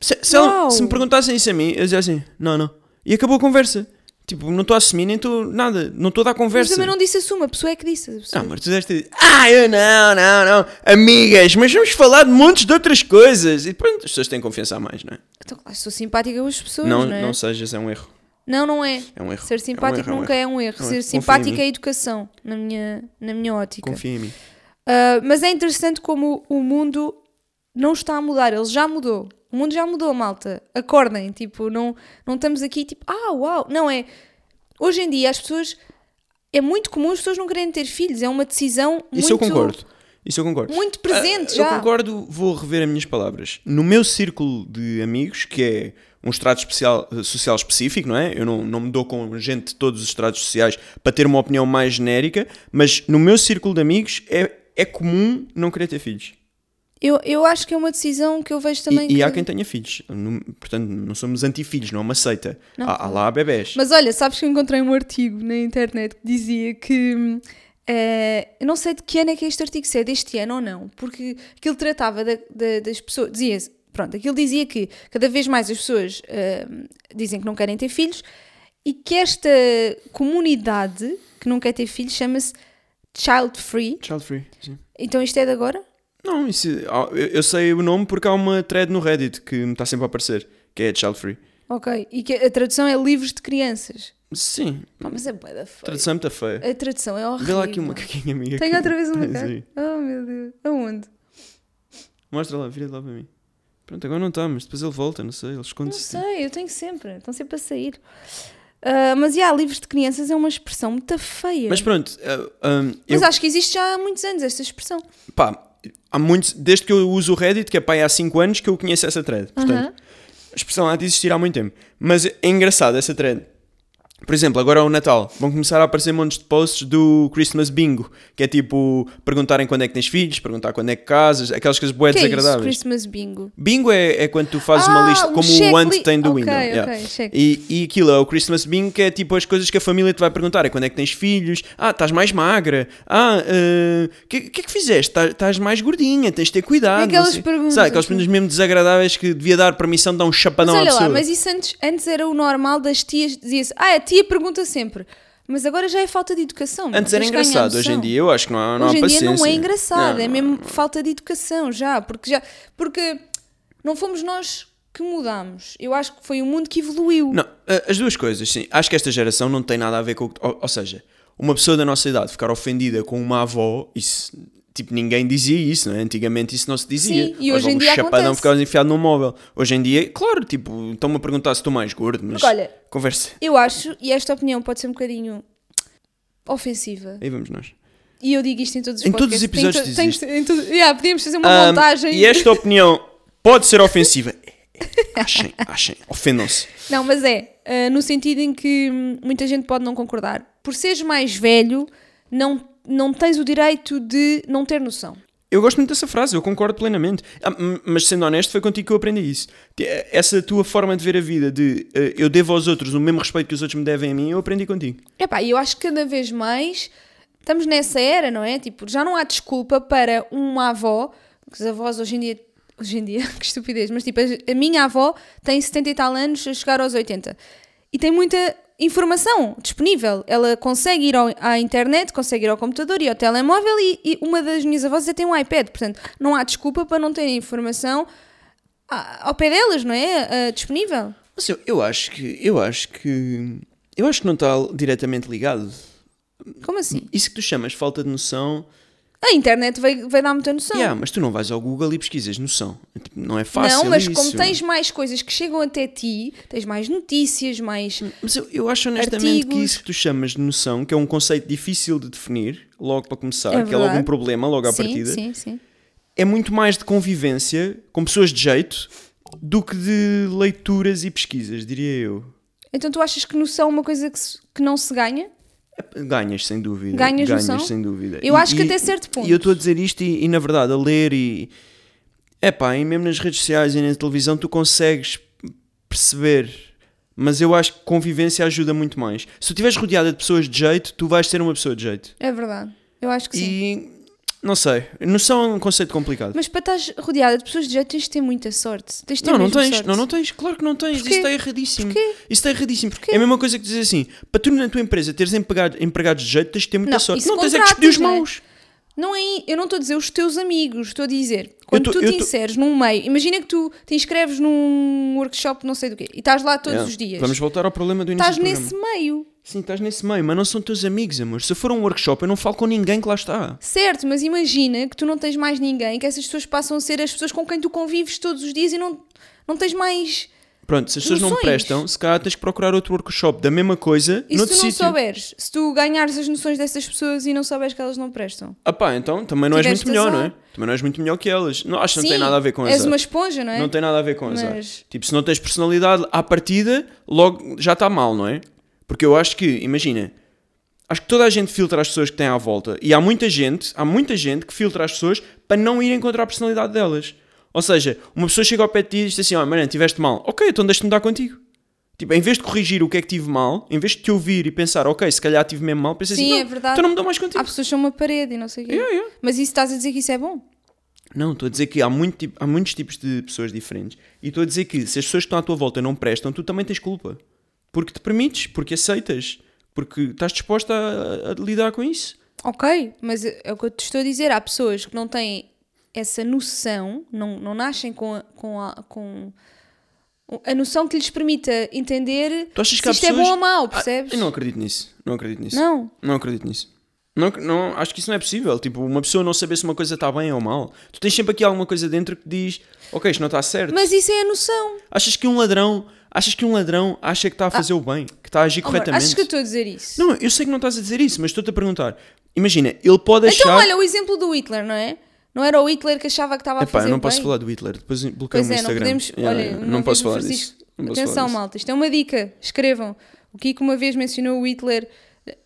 Speaker 2: Se, se ela-
Speaker 1: Uau.
Speaker 2: se me perguntassem isso a mim, eu dizia assim: não, não. E acabou a conversa. Tipo, não estou a assumir, nem estou nada. Não estou a dar
Speaker 1: mas
Speaker 2: conversa.
Speaker 1: também não disse a suma. A pessoa é que disse. A pessoa.
Speaker 2: Não, mas tu deste. Ah, eu não, não, não. Amigas, mas vamos falar de montes de outras coisas. E pronto, as pessoas têm confiança a mais, não é?
Speaker 1: Então, claro, sou simpática com as pessoas,
Speaker 2: não,
Speaker 1: não, é?
Speaker 2: não sejas, é um erro.
Speaker 1: Não, não é.
Speaker 2: É um erro.
Speaker 1: Ser simpático
Speaker 2: é um erro,
Speaker 1: nunca
Speaker 2: é.
Speaker 1: é um erro.
Speaker 2: É um
Speaker 1: Ser
Speaker 2: erro. Confia em
Speaker 1: simpático
Speaker 2: mim.
Speaker 1: é educação, na minha, na minha ótica.
Speaker 2: Confia em mim.
Speaker 1: Ah, mas é interessante como o mundo não está a mudar, ele já mudou. O mundo já mudou, malta. Acordem, tipo, não, não estamos aqui tipo, ah, uau. Não é. Hoje em dia as pessoas. É muito comum as pessoas não querem ter filhos, é uma decisão muito.
Speaker 2: Isso eu concordo. Isso eu concordo.
Speaker 1: muito presente
Speaker 2: Ah,
Speaker 1: já.
Speaker 2: Eu concordo, vou rever as minhas palavras. No meu círculo de amigos, que é um estrato especial, social específico, não é? Eu não, não me dou com gente de todos os estratos sociais para ter uma opinião mais genérica, mas no meu círculo de amigos é, é comum não querer ter filhos.
Speaker 1: Eu, eu acho que é uma decisão que eu vejo também.
Speaker 2: E, e
Speaker 1: que-
Speaker 2: há quem tenha filhos. Não- portanto, não somos anti-filhos, não é uma seita. Há, há lá bebés.
Speaker 1: Mas olha, sabes que eu encontrei um artigo na internet que dizia que. hum, eh, eu não sei de que ano é que é este artigo, se é deste ano ou não, porque aquilo tratava da- da- das pessoas. Dizia, pronto, aquilo dizia que cada vez mais as pessoas hum, dizem que não querem ter filhos e que esta comunidade que não quer ter filhos chama-se Child Free.
Speaker 2: Child free, sim.
Speaker 1: Então isto é de agora?
Speaker 2: Não, isso, há- eu, eu sei o nome porque há uma thread no Reddit que me está sempre a aparecer, que é child free.
Speaker 1: Ok. E que a tradução é livros de crianças.
Speaker 2: Sim,
Speaker 1: Pá, mas é bué da feia.
Speaker 2: tradução muito feia.
Speaker 1: A tradução é horrível.
Speaker 2: Vê lá aqui uma caquinha amiga.
Speaker 1: Tenho
Speaker 2: que-
Speaker 1: outra vez uma
Speaker 2: Tens
Speaker 1: cara.
Speaker 2: aí.
Speaker 1: Oh meu Deus. Aonde?
Speaker 2: Mostra lá, vira lá para mim. Pronto, agora não está, mas depois ele volta, não sei, ele
Speaker 1: Não
Speaker 2: esconde-se.
Speaker 1: sei, eu tenho sempre. Estão sempre a sair. Ah, mas, já, livros de crianças é uma expressão muito feia.
Speaker 2: Mas
Speaker 1: Mas,
Speaker 2: pronto, ah, ah, eu,
Speaker 1: acho que existe já há muitos anos esta expressão.
Speaker 2: pá, há muitos, desde que eu uso o Reddit, que é pá, há 5 anos que eu conheço essa thread. Portanto,
Speaker 1: Aham.
Speaker 2: a expressão há de existir há muito tempo. Mas é engraçado essa thread. Por exemplo, agora é o Natal. Vão começar a aparecer montes de posts do Christmas Bingo, que é tipo perguntarem quando é que tens filhos, perguntar quando é que casas, aquelas coisas bué
Speaker 1: que é isso?
Speaker 2: desagradáveis.
Speaker 1: Christmas bingo.
Speaker 2: Bingo é, é quando tu fazes uma
Speaker 1: Ah,
Speaker 2: lista,
Speaker 1: um
Speaker 2: como
Speaker 1: checklist.
Speaker 2: o Ant tem do
Speaker 1: Ok,
Speaker 2: Windows.
Speaker 1: ok,
Speaker 2: yeah.
Speaker 1: check.
Speaker 2: e, e aquilo é o Christmas Bingo, que é tipo as coisas que a família te vai perguntar: é quando é que tens filhos? Ah, estás mais magra. Ah, o que, que é que fizeste? Tá- Estás mais gordinha, tens de ter cuidado. não
Speaker 1: Aquelas
Speaker 2: sei.
Speaker 1: perguntas,
Speaker 2: Sabe, aquelas
Speaker 1: sim.
Speaker 2: perguntas mesmo desagradáveis que devia dar permissão de dar um
Speaker 1: Mas
Speaker 2: chapadão à
Speaker 1: olha
Speaker 2: pessoa.
Speaker 1: lá, mas isso antes, antes era o normal das tias. Dizia-se, ah, a tia pergunta sempre. Mas agora já é falta de educação. meu.
Speaker 2: Antes era
Speaker 1: Tens de ganhar
Speaker 2: engraçado, hoje em
Speaker 1: noção.
Speaker 2: dia eu acho que não há, não há
Speaker 1: Hoje em
Speaker 2: paciência.
Speaker 1: dia não é engraçado,
Speaker 2: Não,
Speaker 1: é
Speaker 2: não.
Speaker 1: mesmo falta de educação já, porque já porque não fomos nós que mudámos. Eu acho que foi o mundo que evoluiu.
Speaker 2: Não, a- as duas coisas, sim. Acho que esta geração não tem nada a ver com. o que- Ou, ou seja, uma pessoa da nossa idade ficar ofendida com uma avó, isso. Tipo, ninguém dizia isso, não é? Antigamente isso não se dizia.
Speaker 1: Sim, e
Speaker 2: Nós
Speaker 1: hoje em
Speaker 2: vamos
Speaker 1: dia
Speaker 2: chapadão
Speaker 1: acontece.
Speaker 2: ficar enfiado num móvel. Hoje em dia, claro, tipo, estão-me a perguntar se estou mais gordo, mas.
Speaker 1: Porque olha-
Speaker 2: Conversa.
Speaker 1: Eu acho, e esta opinião pode ser um bocadinho ofensiva.
Speaker 2: Aí vamos nós.
Speaker 1: E eu digo isto em todos os
Speaker 2: Em todos os
Speaker 1: podcasts. Tem
Speaker 2: episódios
Speaker 1: to-
Speaker 2: diz
Speaker 1: tem-
Speaker 2: isto.
Speaker 1: em todo- Yeah, podíamos fazer uma
Speaker 2: Ahm,
Speaker 1: montagem.
Speaker 2: E esta opinião pode ser ofensiva. É, Achem, achem, ofendam-se.
Speaker 1: Não, mas é, ah, no sentido em que hum, muita gente pode não concordar. Por seres mais velho, não, não tens o direito de não ter noção.
Speaker 2: Eu gosto muito dessa frase, eu concordo plenamente. Ah, m- mas sendo honesto, foi contigo que eu aprendi isso. Te- Essa tua forma de ver a vida, de eh, eu devo aos outros o mesmo respeito que os outros me devem a mim, eu aprendi contigo.
Speaker 1: Epá, eu acho que cada vez mais estamos nessa era, não é? Tipo, já não há desculpa para uma avó, que as avós hoje em dia, hoje em dia, que estupidez, mas tipo, a, a minha avó tem 70 e tal anos a chegar aos 80 e tem muita informação disponível. Ela consegue ir ao- à internet, consegue ir ao computador e ao telemóvel e, e uma das minhas avós até tem um iPad, portanto, não há desculpa para não terem informação a- ao pé delas, não é? Ah, disponível.
Speaker 2: Mas eu, eu acho que eu acho que eu acho que não está diretamente ligado.
Speaker 1: Como assim?
Speaker 2: Isso que tu chamas de falta de noção.
Speaker 1: A internet vai, vai dar muita noção.
Speaker 2: Yeah, mas tu não vais ao Google e pesquisas noção. Tipo, Não é fácil.
Speaker 1: Não, mas
Speaker 2: isso.
Speaker 1: como tens mais coisas que chegam até ti, tens mais notícias, mais.
Speaker 2: Mas eu, eu acho honestamente que
Speaker 1: Artigos.
Speaker 2: isso que tu chamas de noção, que é um conceito difícil de definir, logo para começar,
Speaker 1: É
Speaker 2: que é logo um
Speaker 1: verdade.
Speaker 2: problema, logo à
Speaker 1: sim,
Speaker 2: partida.
Speaker 1: sim, sim.
Speaker 2: é muito mais de convivência com pessoas de jeito do que de leituras e pesquisas, diria eu.
Speaker 1: Então tu achas que noção é uma coisa que, se- que não se ganha?
Speaker 2: Ganhas, sem dúvida.
Speaker 1: Ganhas noção?
Speaker 2: sem dúvida.
Speaker 1: Eu acho que até certo ponto.
Speaker 2: E eu estou a dizer isto e, e, na verdade, a ler e... É pá, e mesmo nas redes sociais e na televisão tu consegues perceber. Mas eu acho que convivência ajuda muito mais. Se tu estiveres rodeada de pessoas de jeito, tu vais ser uma pessoa de jeito.
Speaker 1: É verdade. Eu acho que sim.
Speaker 2: E não sei, noção é um conceito complicado.
Speaker 1: Mas para estares rodeada de pessoas de jeito, tens de ter muita sorte. Tens de ter
Speaker 2: Não, não
Speaker 1: é mesmo
Speaker 2: tens,
Speaker 1: sorte.
Speaker 2: não, não tens, claro que não tens, isso
Speaker 1: Porquê?
Speaker 2: está erradíssimo.
Speaker 1: Porquê?
Speaker 2: Isso está erradíssimo. É a mesma coisa que dizer assim: para tu na tua empresa teres empregado, empregados de jeito, tens de ter muita
Speaker 1: Não,
Speaker 2: sorte.
Speaker 1: isso
Speaker 2: Não tens é que escolher os
Speaker 1: contratas, não é?
Speaker 2: maus.
Speaker 1: Não é, eu não estou a dizer os teus amigos, estou a dizer quando
Speaker 2: tô-
Speaker 1: tu
Speaker 2: eu
Speaker 1: te
Speaker 2: tô-
Speaker 1: inseres num meio, imagina que tu te inscreves num workshop, não sei do quê, e estás lá todos
Speaker 2: Yeah.
Speaker 1: os dias.
Speaker 2: É. Vamos voltar ao problema do início
Speaker 1: Estás
Speaker 2: do programa.
Speaker 1: nesse meio,
Speaker 2: Sim, estás nesse meio, mas não são teus amigos, amor. Se for um workshop, eu não falo com ninguém que lá está.
Speaker 1: certo? Mas imagina que tu não tens mais ninguém, que essas pessoas passam a ser as pessoas com quem tu convives todos os dias e não, não tens mais.
Speaker 2: Pronto, se as pessoas não
Speaker 1: Noções.
Speaker 2: prestam, se calhar tens que procurar outro workshop da mesma coisa
Speaker 1: E se
Speaker 2: noutro
Speaker 1: tu não
Speaker 2: sítio.
Speaker 1: souberes, se tu ganhares as noções dessas pessoas e não souberes que elas não prestam.
Speaker 2: Ah pá, então também não és muito
Speaker 1: Tiveste
Speaker 2: melhor,
Speaker 1: azar.
Speaker 2: não é? Também não és muito melhor que elas. Não, acho que não tem
Speaker 1: Sim,
Speaker 2: nada a ver com
Speaker 1: És
Speaker 2: azar.
Speaker 1: uma esponja, não é?
Speaker 2: Não tem nada a ver com azar.
Speaker 1: Mas-
Speaker 2: Tipo, se não tens personalidade à partida, logo já está mal, não é? Porque eu acho que, imagina, acho que toda a gente filtra as pessoas que tem à volta. E há muita gente, há muita gente que filtra as pessoas para não ir encontrar a personalidade delas. Ou seja, uma pessoa chega ao pé de ti e diz assim: Olha, Mariana, tiveste mal. Ok, então deixa-me dar contigo. Tipo, em vez de corrigir o que é que tive mal, em vez de te ouvir e pensar, ok, se calhar tive mesmo mal, pensei
Speaker 1: Sim,
Speaker 2: assim:
Speaker 1: é
Speaker 2: não,
Speaker 1: verdade.
Speaker 2: Então não me dou mais contigo.
Speaker 1: Há pessoas que são uma parede e não sei o quê.
Speaker 2: Yeah, yeah.
Speaker 1: Mas isso estás a dizer que isso é bom?
Speaker 2: Não, estou a dizer que há, muito tipo- há muitos tipos de pessoas diferentes. E estou a dizer que se as pessoas que estão à tua volta não prestam, tu também tens culpa. Porque te permites, porque aceitas, porque estás disposta a, a lidar com isso.
Speaker 1: Ok, mas é é o que eu te estou a dizer. Há pessoas que não têm essa noção, não, não nascem com a, com, a, com a noção que lhes permita entender
Speaker 2: Tu achas que
Speaker 1: se
Speaker 2: há
Speaker 1: isto é
Speaker 2: pessoas-
Speaker 1: bom ou mau,
Speaker 2: Ah, é
Speaker 1: percebes?
Speaker 2: eu não acredito nisso. Não acredito nisso.
Speaker 1: Não.
Speaker 2: Não acredito nisso. Não, ac- não, acho que isso não é possível. Tipo, uma pessoa não saber se uma coisa está bem ou mal. Tu tens sempre aqui alguma coisa dentro que diz, ok, isto não está certo.
Speaker 1: Mas isso é a noção.
Speaker 2: Achas que um ladrão, achas que um ladrão acha que está a fazer o bem, que está a agir
Speaker 1: Ah, Amor,
Speaker 2: corretamente?
Speaker 1: achas que eu estou a dizer isso? Então,
Speaker 2: Não, eu sei que não estás a dizer isso, mas estou-te a perguntar. Imagina, ele pode achar.
Speaker 1: então, olha, o exemplo do Hitler, não é? Não era o Hitler que achava que estava a
Speaker 2: Epá,
Speaker 1: fazer
Speaker 2: eu não
Speaker 1: o
Speaker 2: posso
Speaker 1: bem?
Speaker 2: falar do Hitler, depois bloqueio o
Speaker 1: Pois
Speaker 2: meu
Speaker 1: é, não
Speaker 2: Instagram.
Speaker 1: podemos.
Speaker 2: Yeah,
Speaker 1: olha,
Speaker 2: yeah,
Speaker 1: uma
Speaker 2: não
Speaker 1: vez
Speaker 2: posso
Speaker 1: o
Speaker 2: falar
Speaker 1: Francisco-
Speaker 2: disso. Não posso
Speaker 1: Atenção,
Speaker 2: falar disso.
Speaker 1: malta, isto é uma dica. Escrevam. O Kiko uma vez mencionou o Hitler,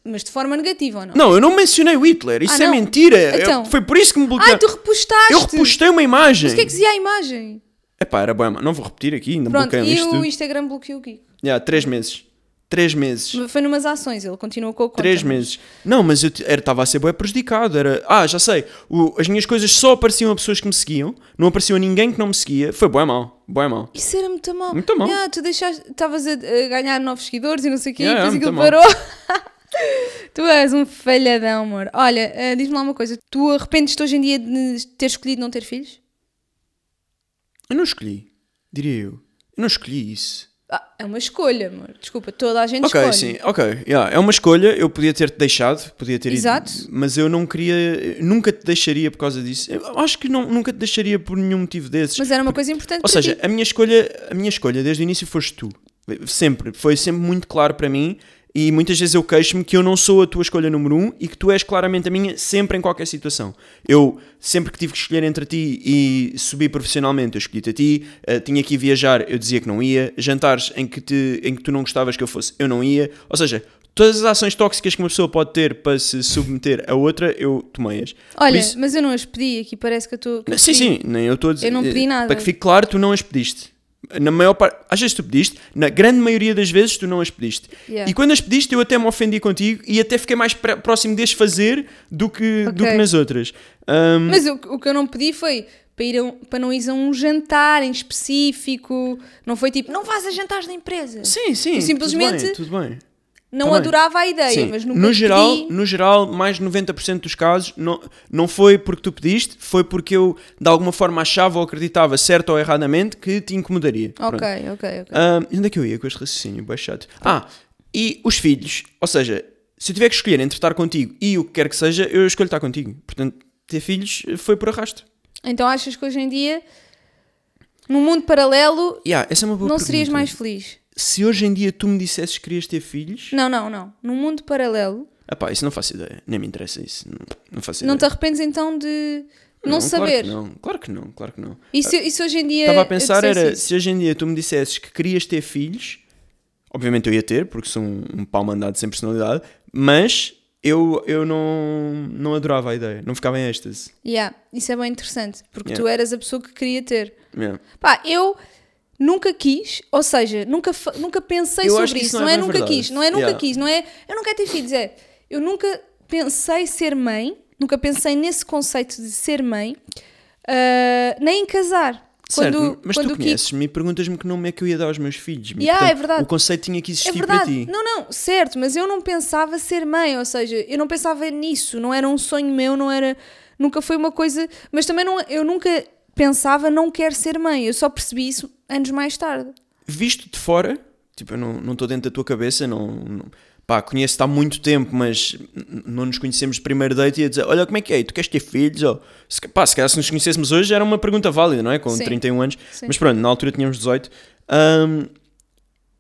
Speaker 1: mas de forma negativa ou não?
Speaker 2: Não, eu não mencionei o Hitler, isso
Speaker 1: Ah,
Speaker 2: é
Speaker 1: não?
Speaker 2: mentira. Eu-
Speaker 1: Então.
Speaker 2: foi por isso que me
Speaker 1: Ai,
Speaker 2: bloquearam.
Speaker 1: tu repostaste!
Speaker 2: eu repostei uma imagem.
Speaker 1: O que é que dizia a imagem?
Speaker 2: Epá, era bom, não vou repetir aqui, ainda
Speaker 1: Pronto,
Speaker 2: bloqueiam
Speaker 1: e
Speaker 2: isto.
Speaker 1: o
Speaker 2: tudo.
Speaker 1: Instagram bloqueou o Kiko.
Speaker 2: Yeah, três meses. Três meses.
Speaker 1: Foi numas ações, ele continuou com a conta.
Speaker 2: Três meses. Não, mas eu estava a ser bem prejudicado. Era, ah, já sei. o- as minhas coisas só apareciam a pessoas que me seguiam. Não apareceu a ninguém que não me seguia. Foi bom mal. Bom mal.
Speaker 1: Isso era muito mal.
Speaker 2: Muito mal.
Speaker 1: Ah, tu deixaste, estavas a, a ganhar novos seguidores e não sei o quê,
Speaker 2: Yeah,
Speaker 1: e depois
Speaker 2: yeah,
Speaker 1: aquilo
Speaker 2: muito
Speaker 1: parou. tu és um falhadão, amor. Olha, ah, diz-me lá uma coisa, tu arrependes-te hoje em dia de ter escolhido não ter filhos?
Speaker 2: Eu não escolhi, diria eu. Eu não escolhi isso.
Speaker 1: Ah, é uma escolha, amor. Desculpa, toda a gente
Speaker 2: Ok,
Speaker 1: escolhe.
Speaker 2: sim, ok. yeah, é uma escolha, eu podia ter-te deixado, podia ter
Speaker 1: Exato.
Speaker 2: ido. Mas eu não queria, eu nunca te deixaria por causa disso. Eu acho que não, nunca te deixaria por nenhum motivo desses.
Speaker 1: Mas era uma coisa importante
Speaker 2: Ou
Speaker 1: para
Speaker 2: seja,
Speaker 1: ti.
Speaker 2: a minha escolha, a minha escolha desde o início foste tu. Sempre, foi sempre muito claro para mim e muitas vezes eu queixo-me que eu não sou a tua escolha número um e que tu és claramente a minha sempre em qualquer situação. Eu sempre que tive que escolher entre ti e subir profissionalmente, eu escolhi-te a ti, eh, tinha que ir viajar, eu dizia que não ia, jantares em que, te, em que tu não gostavas que eu fosse, eu não ia. Ou seja, todas as ações tóxicas que uma pessoa pode ter para se submeter a outra, eu tomei-as. Por
Speaker 1: Olha,
Speaker 2: isso-
Speaker 1: mas eu não as pedi, aqui parece que eu estou... que eu
Speaker 2: Sim,
Speaker 1: pedi.
Speaker 2: sim, nem eu estou a dizer.
Speaker 1: Eu não pedi
Speaker 2: eh,
Speaker 1: nada.
Speaker 2: Para que fique claro, tu não as pediste. Na maior parte, às vezes tu pediste, na grande maioria das vezes tu não as pediste.
Speaker 1: Yeah.
Speaker 2: E quando as pediste, eu até me ofendi contigo e até fiquei mais pré- próximo de as fazer do que, do
Speaker 1: Ok.
Speaker 2: que nas outras. Ahm,
Speaker 1: Mas o, o que eu não pedi foi para, ir a um- para não ir a um jantar em específico. Não foi tipo, não vais a jantares da empresa.
Speaker 2: sim, sim.
Speaker 1: eu
Speaker 2: tudo
Speaker 1: simplesmente-
Speaker 2: bem, Tudo bem.
Speaker 1: não
Speaker 2: também.
Speaker 1: adorava a ideia,
Speaker 2: Sim,
Speaker 1: mas nunca
Speaker 2: no,
Speaker 1: pedi.
Speaker 2: geral, no geral, mais de 90% dos casos não, não foi porque tu pediste, foi porque eu de alguma forma achava ou acreditava, certo ou erradamente, que te incomodaria. Pronto.
Speaker 1: Ok, ok, ok.
Speaker 2: Ahm, onde é que eu ia com este raciocínio? Bué chato. Ah, e os filhos. Ou seja, se eu tiver que escolher entre estar contigo e o que quer que seja, eu escolho estar contigo. Portanto, ter filhos foi por arrasto.
Speaker 1: Então achas que hoje em dia, num mundo paralelo,
Speaker 2: Yeah, essa é uma boa
Speaker 1: não
Speaker 2: pergunta.
Speaker 1: serias mais feliz?
Speaker 2: Se hoje em dia tu me dissesses que querias ter filhos.
Speaker 1: Não, não, não. Num mundo paralelo,
Speaker 2: Ah pá, isso não faço ideia. Nem me interessa isso. Não, não faço
Speaker 1: não te
Speaker 2: ideia.
Speaker 1: arrependes então de não,
Speaker 2: claro
Speaker 1: saber?
Speaker 2: que É. não, claro que não, claro que não.
Speaker 1: E, se, e se hoje em dia.
Speaker 2: Estava a
Speaker 1: eu
Speaker 2: pensar
Speaker 1: dissesse
Speaker 2: era
Speaker 1: isso?
Speaker 2: se hoje em dia tu me dissesses que querias ter filhos, obviamente eu ia ter, porque sou um, um pau mandado sem personalidade, mas eu, eu não, não adorava a ideia, não ficava em êxtase.
Speaker 1: Yeah, isso é bem interessante, porque
Speaker 2: Yeah.
Speaker 1: tu eras a pessoa que queria ter.
Speaker 2: Yeah.
Speaker 1: Pá, eu nunca quis, ou seja, nunca, fa- nunca pensei
Speaker 2: Eu
Speaker 1: sobre
Speaker 2: acho que
Speaker 1: isso.
Speaker 2: isso
Speaker 1: Não,
Speaker 2: não é
Speaker 1: é
Speaker 2: bem
Speaker 1: nunca
Speaker 2: verdade.
Speaker 1: quis, não é nunca
Speaker 2: Yeah.
Speaker 1: quis, não é eu nunca tive filhos, é eu nunca pensei ser mãe, nunca pensei nesse conceito de ser mãe, ah, nem em casar.
Speaker 2: Certo,
Speaker 1: quando,
Speaker 2: mas
Speaker 1: quando
Speaker 2: tu
Speaker 1: o Kiko-
Speaker 2: conheces-me e perguntas-me que nome é que eu ia dar aos meus filhos. meu.
Speaker 1: Yeah,
Speaker 2: Portanto,
Speaker 1: é verdade.
Speaker 2: O conceito tinha que existir
Speaker 1: É
Speaker 2: para
Speaker 1: verdade.
Speaker 2: tipo ti.
Speaker 1: Não, não, certo, mas eu não pensava ser mãe, ou seja, eu não pensava nisso, não era um sonho meu, não era. Nunca foi uma coisa. Mas também não, eu nunca pensava não quero ser mãe, eu só percebi isso anos mais tarde.
Speaker 2: Visto de fora, tipo, eu não não estou dentro da tua cabeça, não, não- pá, conheço-te há muito tempo, mas n- não nos conhecemos de primeiro date e ia dizer, olha como é que é, tu queres ter filhos? Ou, se, ca- pá, se calhar se nos conhecêssemos hoje era uma pergunta válida, não é? Com
Speaker 1: Sim.
Speaker 2: 31 anos,
Speaker 1: Sim.
Speaker 2: mas pronto, na altura tínhamos 18. Ahm,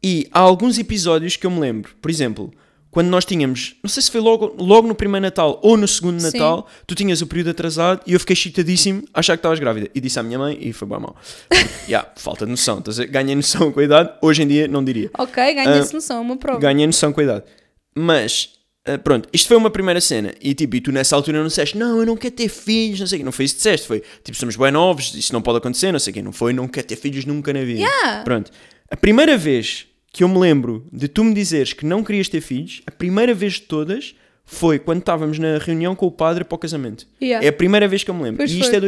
Speaker 2: E há alguns episódios que eu me lembro. Por exemplo, quando nós tínhamos, não sei se foi logo, logo no primeiro Natal ou no segundo
Speaker 1: Sim.
Speaker 2: Natal, tu tinhas o período atrasado e eu fiquei chitadíssimo a achar que estavas grávida. E disse à minha mãe e foi bem mal. yeah, falta de noção. estás a ver? Ganhei noção com a idade. Hoje em dia não diria.
Speaker 1: Ok,
Speaker 2: Ah,
Speaker 1: ganha-se noção, é uma prova.
Speaker 2: Ganhei noção com a idade. Mas, ah, pronto, isto foi uma primeira cena. E tipo, e tu nessa altura não disseste, não, eu não quero ter filhos, não sei o quê. Não foi isso que disseste. Foi tipo, somos bem novos, isso não pode acontecer, não sei o quê. Não foi, não quero ter filhos nunca na vida.
Speaker 1: Yeah.
Speaker 2: Pronto. A primeira vez que eu me lembro de tu me dizeres que não querias ter filhos, a primeira vez de todas foi quando estávamos na reunião com o padre para o casamento.
Speaker 1: Yeah.
Speaker 2: É a primeira vez que eu me lembro.
Speaker 1: Pois
Speaker 2: e isto
Speaker 1: foi.
Speaker 2: é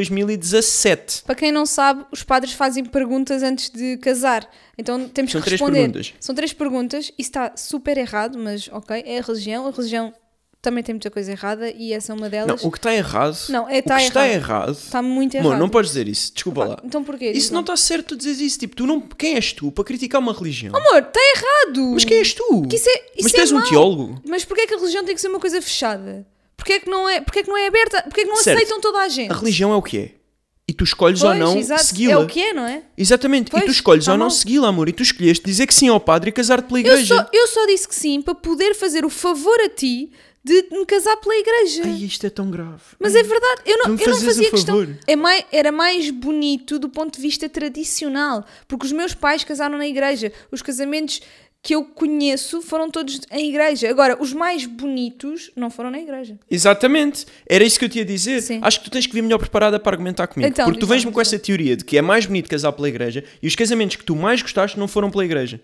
Speaker 2: 2017.
Speaker 1: Para quem não sabe, os padres fazem perguntas antes de casar. Então temos
Speaker 2: São
Speaker 1: que
Speaker 2: três
Speaker 1: responder.
Speaker 2: perguntas.
Speaker 1: São três perguntas. Isso está super errado, mas ok, é a religião. A religião também tem muita coisa errada e essa é uma
Speaker 2: Não,
Speaker 1: delas.
Speaker 2: o que está errado.
Speaker 1: Não, é,
Speaker 2: o que
Speaker 1: está
Speaker 2: está
Speaker 1: errado.
Speaker 2: errado.
Speaker 1: Está muito errado.
Speaker 2: Amor, não podes dizer isso. Desculpa
Speaker 1: Pá,
Speaker 2: lá.
Speaker 1: Então porquê? Diz
Speaker 2: Isso não
Speaker 1: lá.
Speaker 2: está certo tu dizes isso. Tipo, tu não... quem és tu para criticar uma religião?
Speaker 1: Amor, está errado!
Speaker 2: tá- Mas quem és tu?
Speaker 1: Que isso é- isso
Speaker 2: Mas
Speaker 1: é
Speaker 2: tu és um
Speaker 1: mau.
Speaker 2: teólogo.
Speaker 1: Mas porquê é que a religião tem que ser uma coisa fechada? Porquê é que não é, porquê é, que não é aberta? Porquê é que não
Speaker 2: Certo.
Speaker 1: aceitam toda a gente?
Speaker 2: A religião é o que é. E tu escolhes ou
Speaker 1: Pois,
Speaker 2: não
Speaker 1: exato.
Speaker 2: segui-la.
Speaker 1: É o que é, não é?
Speaker 2: Exatamente.
Speaker 1: Pois,
Speaker 2: e tu escolhes
Speaker 1: tá
Speaker 2: ou não
Speaker 1: mal.
Speaker 2: segui-la, amor. E tu escolheste dizer que sim ao padre e casar-te pela
Speaker 1: Eu
Speaker 2: igreja.
Speaker 1: só, eu só disse que sim para poder fazer o favor a ti de me casar pela igreja.
Speaker 2: Ai, isto é tão grave.
Speaker 1: Mas é verdade, eu
Speaker 2: Tu
Speaker 1: não,
Speaker 2: me
Speaker 1: eu não
Speaker 2: fazes
Speaker 1: fazia
Speaker 2: o
Speaker 1: questão.
Speaker 2: favor.
Speaker 1: É mai- era mais bonito do ponto de vista tradicional, porque os meus pais casaram na igreja. Os casamentos que eu conheço foram todos em igreja. Agora, os mais bonitos não foram na igreja.
Speaker 2: Exatamente. Era isso que eu te ia dizer.
Speaker 1: Sim.
Speaker 2: Acho que tu tens que vir melhor preparada para argumentar comigo.
Speaker 1: Então,
Speaker 2: porque tu
Speaker 1: diz lá,
Speaker 2: vens-me com
Speaker 1: diz
Speaker 2: essa teoria de que é mais bonito casar pela igreja e os casamentos que tu mais gostaste não foram pela igreja.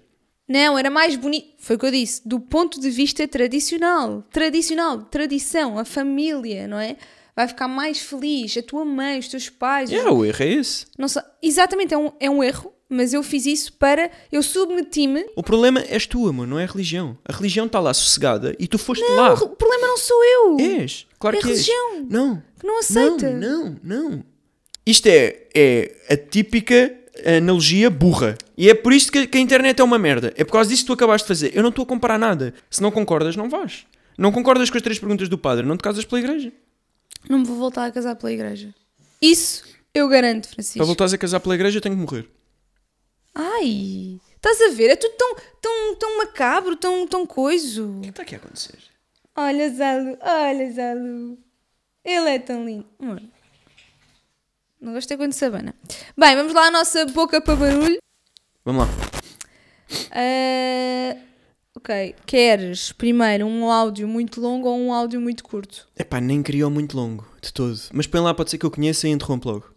Speaker 1: Não, era mais bonito. Foi o que eu disse, do ponto de vista tradicional. Tradicional, tradição, a família, não é? Vai ficar mais feliz, a tua mãe, os teus pais, os
Speaker 2: É, o erro é esse.
Speaker 1: Não sei- exatamente, é um, é um erro, mas eu fiz isso para. Eu submeti-me.
Speaker 2: O problema és tu, amor, não é a religião. A religião está lá sossegada e tu foste lá.
Speaker 1: O problema não sou eu.
Speaker 2: És, claro
Speaker 1: É a
Speaker 2: que és.
Speaker 1: religião.
Speaker 2: Não.
Speaker 1: Que não aceita.
Speaker 2: Não, não, não. Isto é, é a típica analogia burra. E é por isto que, que a internet é uma merda. É por causa disso que tu acabaste de fazer. Eu não estou a comparar nada. Se não concordas, não vais. Não concordas com as três perguntas do padre, não te casas pela igreja.
Speaker 1: Não me vou voltar a casar pela igreja. Isso eu garanto, Francisco.
Speaker 2: Para voltares a casar pela igreja, eu tenho que é morrer.
Speaker 1: Ai, estás a ver? É tudo tão, tão, tão macabro, tão, tão coiso.
Speaker 2: O que está aqui a acontecer?
Speaker 1: Olha, Zalu, olha, Zalu. Ele é tão lindo. Amor. Não gostei quando sabana. Bem, vamos lá à nossa boca para barulho.
Speaker 2: Vamos lá.
Speaker 1: Ah, ok. Queres primeiro um áudio muito longo ou um áudio muito curto?
Speaker 2: Epá, nem criou muito longo, de todo. Mas põe lá, pode ser que eu conheça e interrompo logo.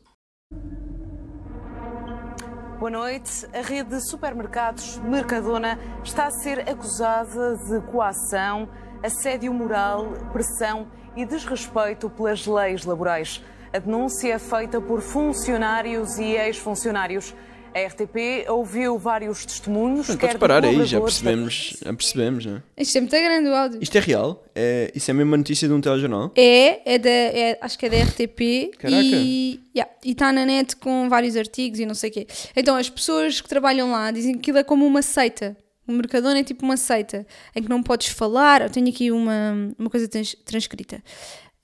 Speaker 3: Boa noite. A rede de supermercados Mercadona está a ser acusada de coação, assédio moral, pressão e desrespeito pelas leis laborais. A denúncia é feita por funcionários e ex-funcionários. A RTP ouviu vários testemunhos.
Speaker 2: Pronto,
Speaker 3: quer
Speaker 2: podes
Speaker 3: de
Speaker 2: parar aí, já
Speaker 3: colaboradores da-
Speaker 2: percebemos, já percebemos, não é?
Speaker 1: Isto é muito grande o áudio.
Speaker 2: Isto é real? É, isso é mesmo uma notícia de um telejornal?
Speaker 1: É, é da, é- acho que é da RTP
Speaker 2: Caraca.
Speaker 1: e yeah, e está na net com vários artigos e não sei o quê. Então as pessoas que trabalham lá dizem que aquilo é como uma seita. O Mercadona é tipo uma seita em que não podes falar. Eu tenho aqui uma, uma coisa trans- transcrita.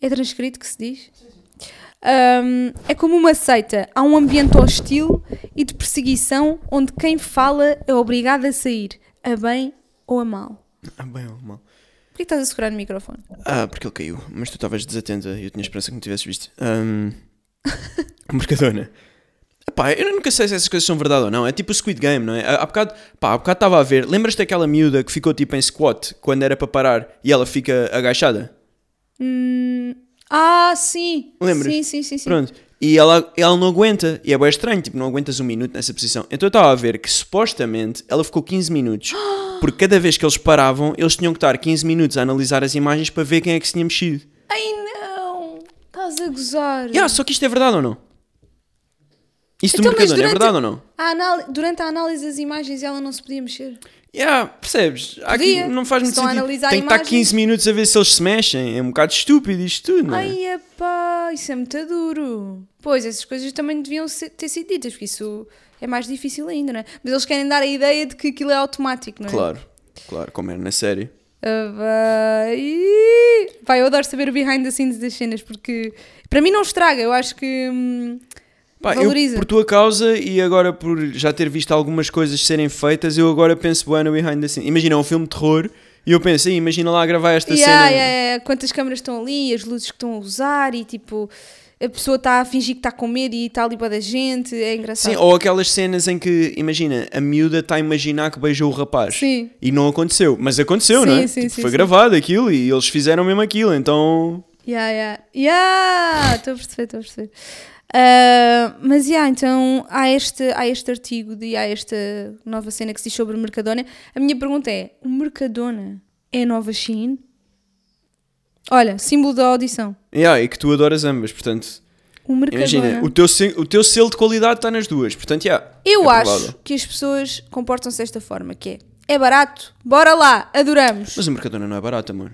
Speaker 1: É transcrito que se diz? Ahm, é como uma seita. Há um ambiente hostil e de perseguição onde quem fala é obrigado a sair, a bem ou a mal.
Speaker 2: Ah, bem ou mal.
Speaker 1: Por que estás a segurar no microfone?
Speaker 2: Ah, porque ele caiu, mas tu estavas desatenta e eu tinha esperança que não tivesses visto. Ahm, Mercadona. Epá, eu nunca sei se essas coisas são verdade ou não. É tipo o Squid Game, não é? Há há bocado pá, há bocado estava a ver. Lembras-te daquela miúda que ficou tipo em squat quando era para parar e ela fica agachada?
Speaker 1: Ah, sim.
Speaker 2: Lembras?
Speaker 1: Ah, Sim, sim, sim. sim.
Speaker 2: Pronto. E ela, ela não aguenta. E é bem estranho, tipo, não aguentas um minuto nessa posição. Então eu estava a ver que supostamente ela ficou 15 minutos. Porque cada vez que eles paravam, eles tinham que estar 15 minutos a analisar as imagens para ver quem é que se tinha mexido.
Speaker 1: Ai não! Estás a gozar.
Speaker 2: Yeah, só que isto é verdade ou não? Isto do
Speaker 1: Então, mas
Speaker 2: mercador é verdade ou não?
Speaker 1: a anal- Durante a análise das imagens ela não se podia mexer.
Speaker 2: Yeah, percebes? Há aqui-
Speaker 1: Podia.
Speaker 2: não faz muito
Speaker 1: Estão a
Speaker 2: sentido. Tem
Speaker 1: analisar
Speaker 2: que estar
Speaker 1: imagens.
Speaker 2: 15 minutos a ver se eles se mexem. É um bocado estúpido isto tudo, não é?
Speaker 1: Ai, epá, isso é muito duro. Pois, essas coisas também deviam ser- ter sido ditas, porque isso é mais difícil ainda, não é? Mas eles querem dar a ideia de que aquilo é automático, não é?
Speaker 2: Claro, claro, como era na série.
Speaker 1: Ah, Vai, vai, eu adoro saber o behind the scenes das cenas, porque para mim não estraga, eu acho que. hum,
Speaker 2: Pá, eu,
Speaker 1: valoriza.
Speaker 2: por tua causa e agora por já ter visto algumas coisas serem feitas, eu agora penso bem no behind the scenes. Imagina é um filme de terror e eu penso, "Ei, imagina lá gravar esta
Speaker 1: Yeah,
Speaker 2: cena.
Speaker 1: yeah, yeah. Quantas câmaras estão ali, as luzes que estão a usar e tipo. A pessoa está a fingir que está com medo e está ali para da gente, é engraçado.
Speaker 2: Sim, ou aquelas cenas em que, imagina, a miúda está a imaginar que beijou o rapaz
Speaker 1: Sim.
Speaker 2: e não aconteceu, mas aconteceu,
Speaker 1: Sim,
Speaker 2: não é?
Speaker 1: sim,
Speaker 2: Tipo,
Speaker 1: sim,
Speaker 2: foi
Speaker 1: sim.
Speaker 2: gravado aquilo e eles fizeram mesmo aquilo, então.
Speaker 1: Yeah, yeah. Yeah! Estou a perceber, estou a perceber. Ah, mas, yeah, então há este, há este artigo de- e há esta nova cena que se diz sobre o Mercadona. A minha pergunta é: o Mercadona é a nova Shein? Olha, símbolo da audição.
Speaker 2: Yeah, e que tu adoras ambas, portanto,
Speaker 1: O Mercadona.
Speaker 2: imagina, o teu, se- o teu selo de qualidade está nas duas, portanto, yeah,
Speaker 1: Eu
Speaker 2: é
Speaker 1: acho
Speaker 2: provável.
Speaker 1: que as pessoas comportam-se desta forma: que é, é barato, bora lá, adoramos.
Speaker 2: Mas a Mercadona não é barata, mano.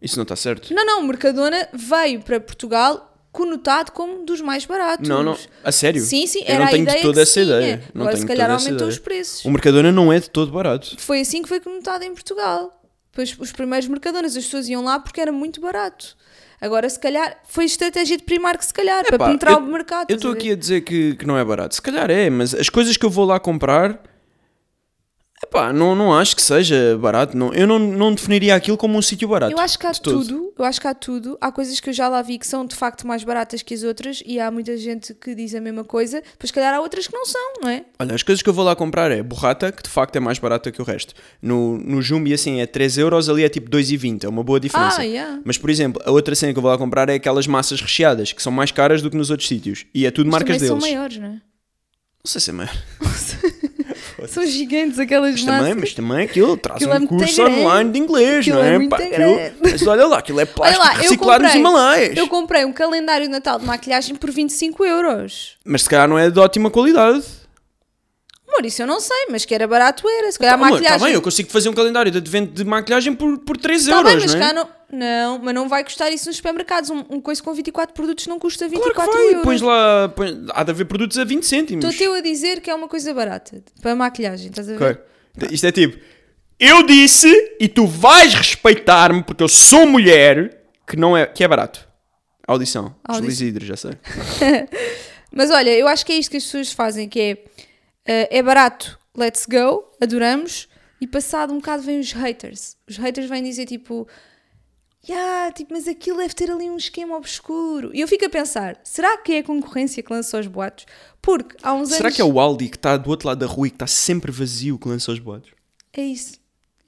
Speaker 2: Isso não está certo.
Speaker 1: Não, não, o Mercadona veio para Portugal conotado como dos mais baratos.
Speaker 2: Não, não. A sério?
Speaker 1: Sim, sim,
Speaker 2: Eu
Speaker 1: era
Speaker 2: não
Speaker 1: a
Speaker 2: tenho
Speaker 1: ideia
Speaker 2: de toda
Speaker 1: que
Speaker 2: essa
Speaker 1: se tinha.
Speaker 2: ideia. Não
Speaker 1: Agora, se
Speaker 2: tenho de
Speaker 1: calhar,
Speaker 2: toda essa
Speaker 1: aumentou os
Speaker 2: ideia.
Speaker 1: preços.
Speaker 2: O Mercadona não é de todo barato.
Speaker 1: Foi assim que foi conotado em Portugal. Pois os primeiros Mercadonas, as pessoas iam lá porque era muito barato. Agora, se calhar, foi estratégia de Primark, se calhar, para
Speaker 2: Pá,
Speaker 1: penetrar
Speaker 2: eu-
Speaker 1: o mercado. estás
Speaker 2: Eu estou
Speaker 1: a ver?
Speaker 2: aqui a dizer que, que não é barato. Se calhar é, mas as coisas que eu vou lá comprar. Epá, não, não acho que seja barato. Não, eu não, não definiria aquilo como um sítio barato.
Speaker 1: Eu acho que há
Speaker 2: de todo.
Speaker 1: tudo, eu acho que há tudo. Há coisas que eu já lá vi que são de facto mais baratas que as outras e há muita gente que diz a mesma coisa, pois se calhar há outras que não são, não é?
Speaker 2: Olha, as coisas que eu vou lá comprar é borrata, que de facto é mais barata que o resto. No, no Jumbi, assim, é 3 euros, ali é tipo 2,20. É uma boa diferença.
Speaker 1: Ah, yeah.
Speaker 2: Mas, por exemplo, a outra cena que eu vou lá comprar é aquelas massas recheadas, que são mais caras do que nos outros sítios. E é tudo
Speaker 1: Mas
Speaker 2: marcas
Speaker 1: também são
Speaker 2: deles.
Speaker 1: maiores, não é?
Speaker 2: Não sei se é maior.
Speaker 1: São gigantes aquelas
Speaker 2: Mas
Speaker 1: massas.
Speaker 2: também, mas também aquilo traz
Speaker 1: Aquilo é
Speaker 2: um
Speaker 1: muito
Speaker 2: curso
Speaker 1: grande.
Speaker 2: online de inglês,
Speaker 1: Aquilo
Speaker 2: não é?
Speaker 1: é muito grande.
Speaker 2: mas olha lá, aquilo é
Speaker 1: Olha
Speaker 2: plástico
Speaker 1: lá, eu
Speaker 2: reciclado nos
Speaker 1: comprei,
Speaker 2: Himalaias.
Speaker 1: eu comprei um calendário de Natal de maquilhagem por 25 euros.
Speaker 2: Mas se calhar não é de ótima qualidade.
Speaker 1: Amor, isso eu não sei, mas que era barato era. Se calhar É a
Speaker 2: Amor, tá
Speaker 1: maquilhagem.
Speaker 2: bem, eu consigo fazer um calendário de advento de maquilhagem por, por 3
Speaker 1: Tá
Speaker 2: euros,
Speaker 1: bem, mas
Speaker 2: não é?
Speaker 1: cá não... não, mas não vai custar isso nos supermercados. Um, um coisa com 24 produtos não custa
Speaker 2: Claro
Speaker 1: 24
Speaker 2: que vai,
Speaker 1: euros.
Speaker 2: pões lá, pões- há de haver produtos a 20 cêntimos.
Speaker 1: Estou-te eu a dizer que é uma coisa barata para maquilhagem, estás a ver?
Speaker 2: Ok. Isto é tipo, eu disse e tu vais respeitar-me porque eu sou mulher, que não é, que é barato. Audição,
Speaker 1: Audição.
Speaker 2: Os Isidro, já sei.
Speaker 1: Mas olha, eu acho que é isto que as pessoas fazem, que é eh, é barato, let's go, adoramos, e passado um bocado vêm os haters. Os haters vêm dizer tipo, yeah, tipo, mas aquilo deve ter ali um esquema obscuro. E eu fico a pensar, será que é a concorrência que lançou os boatos? Porque há uns
Speaker 2: Será
Speaker 1: anos...
Speaker 2: que é o Aldi que está do outro lado da rua e que está sempre vazio que lança os boatos?
Speaker 1: É isso.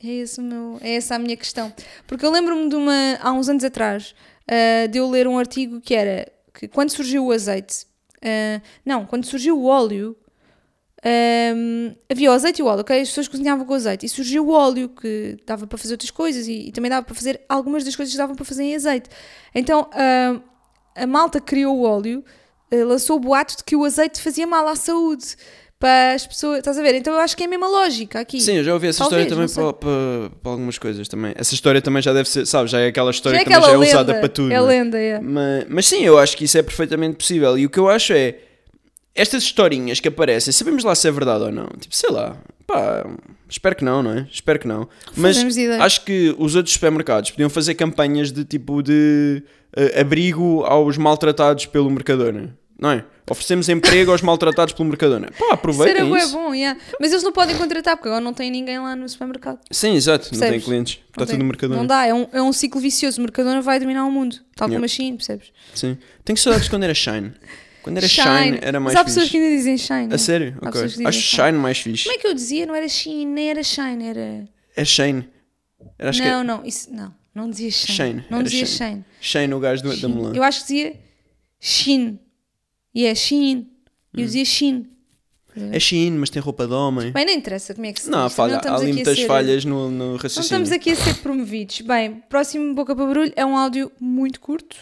Speaker 1: É, esse o meu, é essa a minha questão. Porque eu lembro-me de uma, há uns anos atrás, ah, de eu ler um artigo que era que quando surgiu o azeite, ah, não, quando surgiu o óleo, ah, havia o azeite e o óleo, ok? As pessoas cozinhavam com azeite e surgiu o óleo que dava para fazer outras coisas e, e também dava para fazer algumas das coisas que davam para fazer em azeite. Então ah, a malta que criou o óleo, ah, lançou o boato de que o azeite fazia mal à saúde. Para as pessoas, estás a ver? Então eu acho que é a mesma lógica aqui.
Speaker 2: Sim, eu já ouvi essa
Speaker 1: Talvez,
Speaker 2: história
Speaker 1: não
Speaker 2: também para, para- para algumas coisas também. Essa história também já deve ser, sabes, já é aquela história
Speaker 1: Já é
Speaker 2: que também já
Speaker 1: aquela
Speaker 2: é usada
Speaker 1: lenda,
Speaker 2: para tudo.
Speaker 1: É
Speaker 2: não é?
Speaker 1: lenda, é.
Speaker 2: Mas, mas sim, eu acho que isso é perfeitamente possível. E o que eu acho é, estas historinhas que aparecem, sabemos lá se é verdade ou não. Tipo, sei lá, pá, espero que não, não é? Espero que não. Mas
Speaker 1: Fazemos ideia.
Speaker 2: acho que os outros supermercados podiam fazer campanhas de tipo de eh, abrigo aos maltratados pelo Mercadona, não é? Oferecemos emprego aos maltratados pelo Mercadona. Pá,
Speaker 1: Será
Speaker 2: aproveitem
Speaker 1: que é
Speaker 2: isso.
Speaker 1: bom, yeah. mas eles não podem contratar porque agora não tem ninguém lá no supermercado.
Speaker 2: Sim, exato. Não tem
Speaker 1: Percebes?
Speaker 2: clientes.
Speaker 1: Não
Speaker 2: Está
Speaker 1: tem.
Speaker 2: tudo no Mercadona.
Speaker 1: Não dá, é um, é um ciclo vicioso. O Mercadona vai dominar o mundo, tal como
Speaker 2: Yeah.
Speaker 1: a Shein, percebes?
Speaker 2: Sim. Tenho saudades quando era Shine. Quando era Shine, era mais
Speaker 1: mas há
Speaker 2: fixe.
Speaker 1: pessoas que ainda dizem Shine.
Speaker 2: A sério?
Speaker 1: Há
Speaker 2: Ok.
Speaker 1: pessoas que dizem
Speaker 2: Acho
Speaker 1: Shine.
Speaker 2: Shine mais fixe.
Speaker 1: Como é que eu dizia? Não era Shein, nem era Shine, era...
Speaker 2: É Shane. Era, acho
Speaker 1: não,
Speaker 2: que
Speaker 1: não, isso, não. Não dizia
Speaker 2: é
Speaker 1: Shine.
Speaker 2: Shane.
Speaker 1: Não
Speaker 2: era
Speaker 1: dizia
Speaker 2: Shane.
Speaker 1: Shine.
Speaker 2: Shane, o gajo do- da
Speaker 1: Shein.
Speaker 2: Mulan.
Speaker 1: Eu acho que dizia Shin. E é Shein. E
Speaker 2: Hum.
Speaker 1: eu dizia Shein.
Speaker 2: É chino, mas tem roupa de homem.
Speaker 1: Bem, não interessa como é que se
Speaker 2: não,
Speaker 1: diz,
Speaker 2: falha, há
Speaker 1: estamos
Speaker 2: ali
Speaker 1: aqui a
Speaker 2: muitas
Speaker 1: ser-
Speaker 2: falhas no, no
Speaker 1: Não
Speaker 2: raciocínio.
Speaker 1: estamos aqui a ser promovidos. Bem, próximo Boca para Barulho é um áudio muito curto,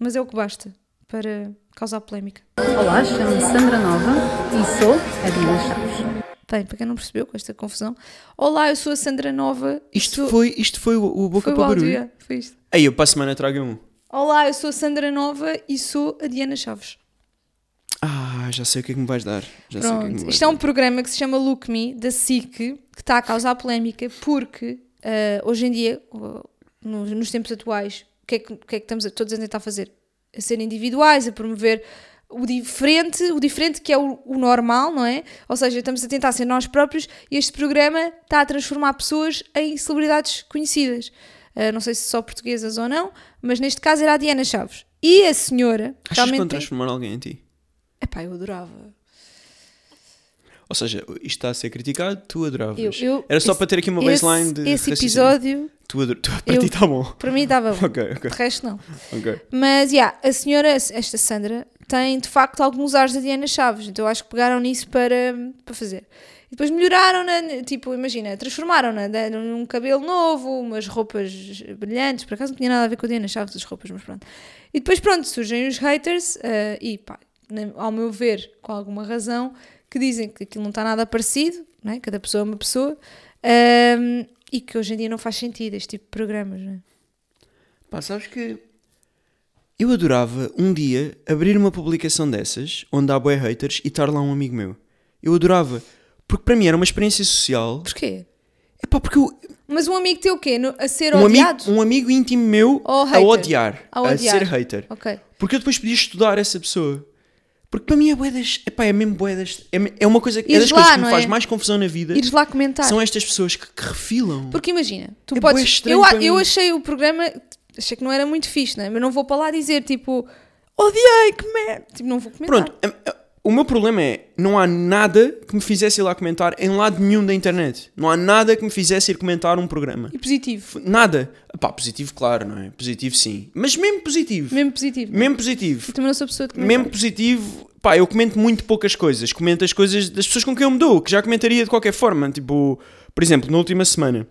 Speaker 1: mas é o que basta para causar polémica.
Speaker 4: Olá, chamo-me Sandra Nova e sou a Dina Chaves.
Speaker 1: Bem, para quem não percebeu com esta confusão, olá, eu sou a Sandra Nova.
Speaker 2: Isto
Speaker 1: sou...
Speaker 2: foi, isto foi o, o Boca
Speaker 1: foi o
Speaker 2: para
Speaker 1: áudio,
Speaker 2: Barulho.
Speaker 1: é, foi isto.
Speaker 2: Aí eu para a semana trago um.
Speaker 1: Olá, eu sou a Sandra Nova e sou a Diana Chaves.
Speaker 2: Ah, já sei o que é que me vais dar. Já sei o que é que me
Speaker 1: Pronto,
Speaker 2: vais
Speaker 1: isto é
Speaker 2: dar.
Speaker 1: um programa que se chama Look Me, da SIC, que está a causar polémica porque ah, hoje em dia, oh, nos, nos tempos atuais, o que, é que, o que é que estamos a- todos a tentar fazer? A ser individuais, a promover o diferente, o diferente que é o, o normal, não é? Ou seja, estamos a tentar ser nós próprios e este programa está a transformar pessoas em celebridades conhecidas. Ah, não sei se só portuguesas ou não, mas neste caso era a Diana Chaves. E a senhora
Speaker 2: Achas que vão
Speaker 1: realmente. tem-
Speaker 2: transformar alguém em ti?
Speaker 1: Epá, eu adorava.
Speaker 2: Ou seja, isto está a ser criticado, tu adoravas.
Speaker 1: Eu- eu-
Speaker 2: Era só
Speaker 1: esse-
Speaker 2: para ter aqui uma
Speaker 1: esse-
Speaker 2: baseline de
Speaker 1: Esse
Speaker 2: raciocínio.
Speaker 1: episódio,
Speaker 2: Tu ador... tu, para
Speaker 1: Eu-
Speaker 2: ti está bom.
Speaker 1: para mim, estava bom.
Speaker 2: Ok, ok,
Speaker 1: De resto, não.
Speaker 2: ok.
Speaker 1: Mas, yeah, a senhora, esta Sandra, tem de facto alguns ares da Diana Chaves, então eu acho que pegaram nisso para, para fazer. E depois melhoraram-na, tipo, imagina, transformaram-na, deram-lhe um cabelo novo, umas roupas brilhantes, por acaso não tinha nada a ver com a Diana Chaves, as roupas, mas pronto. E depois, pronto, surgem os haters, eh, e pá, na- ao meu ver, com alguma razão, que dizem que aquilo não está nada parecido, né? cada pessoa é uma pessoa, ehm, e que hoje em dia não faz sentido este tipo de programas, né?
Speaker 2: Pá, sabes que eu adorava um dia abrir uma publicação dessas, onde há bué haters, e estar lá um amigo meu. Eu adorava. Porque para mim era uma experiência social.
Speaker 1: Porquê?
Speaker 2: É pá, porque eu,
Speaker 1: Mas um amigo teu o quê? No- a ser
Speaker 2: um, amigo,
Speaker 1: odiado?
Speaker 2: um amigo íntimo meu
Speaker 1: Ou
Speaker 2: a
Speaker 1: hater?
Speaker 2: odiar,
Speaker 1: A
Speaker 2: a,
Speaker 1: odiar.
Speaker 2: ser hater.
Speaker 1: Ok.
Speaker 2: Porque eu depois podia estudar essa pessoa. Porque para mim é boedas, epá, é mesmo boedas, é, me- é uma coisa que é
Speaker 1: Ires
Speaker 2: das
Speaker 1: lá,
Speaker 2: coisas que
Speaker 1: não
Speaker 2: me
Speaker 1: é?
Speaker 2: faz mais confusão na vida.
Speaker 1: Ires lá comentar.
Speaker 2: São estas pessoas que, que refilam.
Speaker 1: Porque imagina, tu
Speaker 2: É bué
Speaker 1: podes.
Speaker 2: estranho
Speaker 1: Eu, a-
Speaker 2: para
Speaker 1: eu
Speaker 2: mim.
Speaker 1: achei o programa. Achei que não era muito fixe, né? Mas não vou para lá dizer tipo. Odiei, que merda! Tipo, não vou comentar.
Speaker 2: Pronto, a- a- o meu problema é, não há nada que me fizesse ir lá comentar em lado nenhum da internet. Não há nada que me fizesse ir comentar um programa.
Speaker 1: E positivo.
Speaker 2: Nada. Pá, positivo, claro, não é? Positivo, sim. Mas mesmo positivo.
Speaker 1: Mesmo positivo.
Speaker 2: mesmo positivo.
Speaker 1: Eu também não sou pessoa de comentar.
Speaker 2: mesmo positivo, pá, eu comento muito poucas coisas. Comento as coisas das pessoas com quem eu me dou, que já comentaria de qualquer forma. Tipo, por exemplo, na última semana,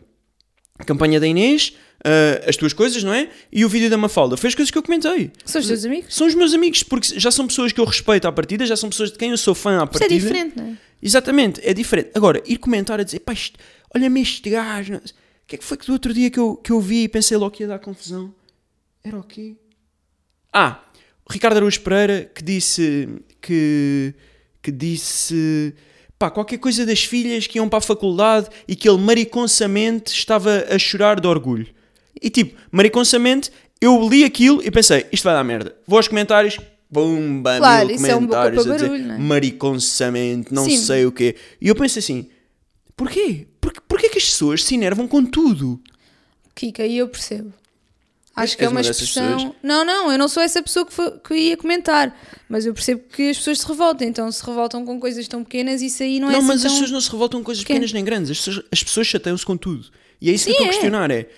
Speaker 2: a campanha da Inês, ah, as tuas coisas, não é? E o vídeo da Mafalda. Foi as coisas que eu comentei.
Speaker 1: São os teus amigos?
Speaker 2: São os meus amigos, porque já são pessoas que eu respeito à partida, já são pessoas de quem eu sou fã à
Speaker 1: Isso é
Speaker 2: partida.
Speaker 1: diferente, não é?
Speaker 2: Exatamente, é diferente. Agora, ir comentar a dizer, pá, isto- olha-me este gajo, não- o que é que foi que do outro dia que eu, que eu vi e pensei logo que ia dar confusão? Era o quê? Ah, o Ricardo Araújo Pereira que disse que, que disse pá, qualquer coisa das filhas que iam para a faculdade e que ele mariconsamente estava a chorar de orgulho. E tipo, mariconsamente, eu li aquilo e pensei, isto vai dar merda. Vou aos comentários, bumba,
Speaker 1: Claro,
Speaker 2: mil
Speaker 1: isso é um boca
Speaker 2: comentários
Speaker 1: para
Speaker 2: a dizer,
Speaker 1: barulho, não é?
Speaker 2: mariconsamente, não
Speaker 1: Sim.
Speaker 2: sei o quê. E eu penso assim, porquê? Porquê, porquê que as pessoas se enervam com tudo?
Speaker 1: Kika, aí eu percebo. Acho que
Speaker 2: És
Speaker 1: é uma
Speaker 2: uma dessas
Speaker 1: expressão.
Speaker 2: pessoas?
Speaker 1: Não, não, eu não sou essa pessoa que, foi- que ia comentar. Mas eu percebo que as pessoas se revoltam. Então se revoltam com coisas tão pequenas, isso aí não, é
Speaker 2: Não,
Speaker 1: assim
Speaker 2: mas as
Speaker 1: tão-
Speaker 2: pessoas não se revoltam com coisas
Speaker 1: Pequeno.
Speaker 2: pequenas nem grandes. As pessoas, as pessoas chateiam-se com tudo. E é isso que eu
Speaker 1: Sim,
Speaker 2: estou a
Speaker 1: é.
Speaker 2: questionar: é